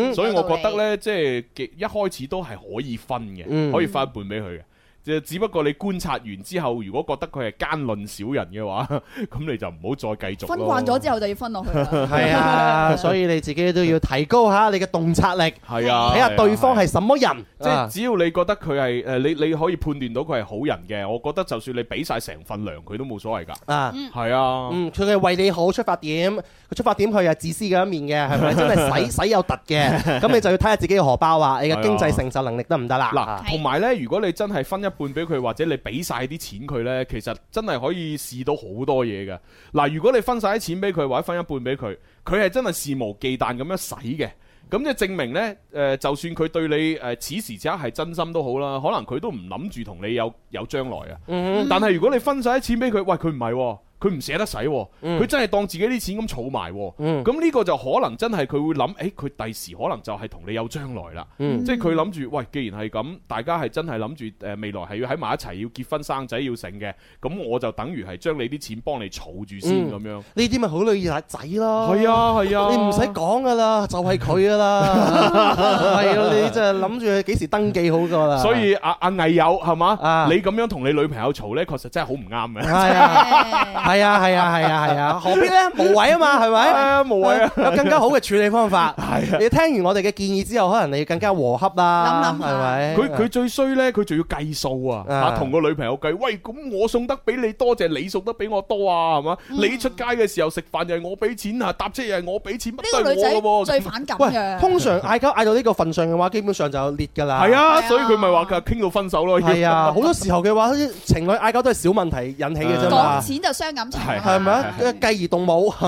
N: 嗯
A: 所以我覺得呢，即係一開始都係可以分嘅，
N: 嗯
A: 可以分一半俾佢嘅。就只不過你觀察完之後，如果覺得佢係奸論小人嘅話， 咁你就唔好再繼續咯。
D: 分慣咗之後就要分落去啦。
C: 係啊，所以你自己都要提高下你嘅洞察力，
A: 係啊
C: 睇下對方係什麼人，
A: 即係只要你覺得佢係誒，你你可以判斷到佢係好人嘅，我覺得就算你俾晒成份糧佢都冇所謂㗎。
C: 啊，
A: 係啊，
C: 嗯，佢係為你好出發點，佢出發點佢係自私嘅一面嘅，係咪？真 係使使有突嘅，咁你就要睇下自己嘅荷包啊，你嘅經濟承受能力得唔得啦？啊
A: 嗱，同埋呢，如果你真係分一半俾佢，或者你俾晒啲錢佢呢，其實真係可以試到好多嘢嘅。嗱，如果你分晒啲錢俾佢，或者分一半俾佢，佢係真係肆無忌憚咁樣使嘅。咁即係證明呢，誒、就算佢對你誒、此時此刻係真心都好啦，可能佢都唔諗住同你有有將來啊。
D: Ừ.
C: 嗯
A: 但係如果你分晒啲錢俾佢，喂，佢唔係喎，佢唔捨得使喎，佢、真係當自己啲錢咁儲埋喎。
C: 嗯
A: 咁呢個就可能真係佢會諗，誒、佢第時可能就係同你有將來啦。
C: 嗯
A: 即係佢諗住，喂，既然係咁，大家係真係諗住誒未來係要喺埋一齊，要結婚生仔要成嘅，咁我就等於係將你啲錢幫你儲住先咁
C: 嗯
A: 樣。
C: 呢啲咪好女仔咯，
A: 係啊係啊
C: 你唔使講噶啦，就係佢噶 啦，係啊，你就係諗住佢幾時登記好噶啦。
A: 所以阿阿毅友係嘛，你咁樣同你女朋友嘈呢，確實真係好唔啱 嘅。
C: 係啊，係啊，係啊，係啊，係啊，何必咧？無謂啊嘛，係咪？
A: 啊，無謂啊，
C: 有更加好嘅處理方法。係啊，你聽完我哋嘅建議之後，可能你要更加和洽啦，係咪？
A: 佢佢最衰呢，佢仲要計數啊！啊，同個女朋友計，喂，咁我送得比你多，就係你送得比我多啊，係嘛？你出街嘅時候食飯又係我俾錢啊，搭車又係我俾錢，乜都
D: 個女
A: 係我嘅喎。
D: 仔最反感
C: 喂，
D: 嘅。
C: 通常嗌交嗌到呢個份上嘅話，基本上就裂㗎啦。
A: 係啊，所以佢咪話佢傾到分手咯。
C: 係啊，好多時候嘅話，情侶嗌交都係小問題引起嘅啫嘛
D: 講。錢就傷感情，
A: 係
C: 係咪啊？繼而動武。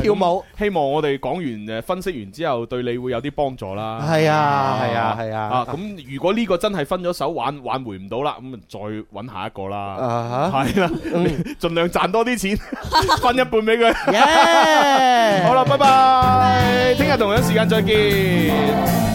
C: 跳
A: 舞。希望我哋講完誒分析完之後，對你會有啲幫助啦。
C: 係啊係啊係啊
A: 啊，咁如果呢個真係分咗手，挽挽回唔到啦，咁再揾下一個啦。
C: 啊
A: 哈，係啦，你 盡量賺多啲錢， 分一半俾佢。
C: 好
A: 啦，拜拜，聽日同樣時間再見。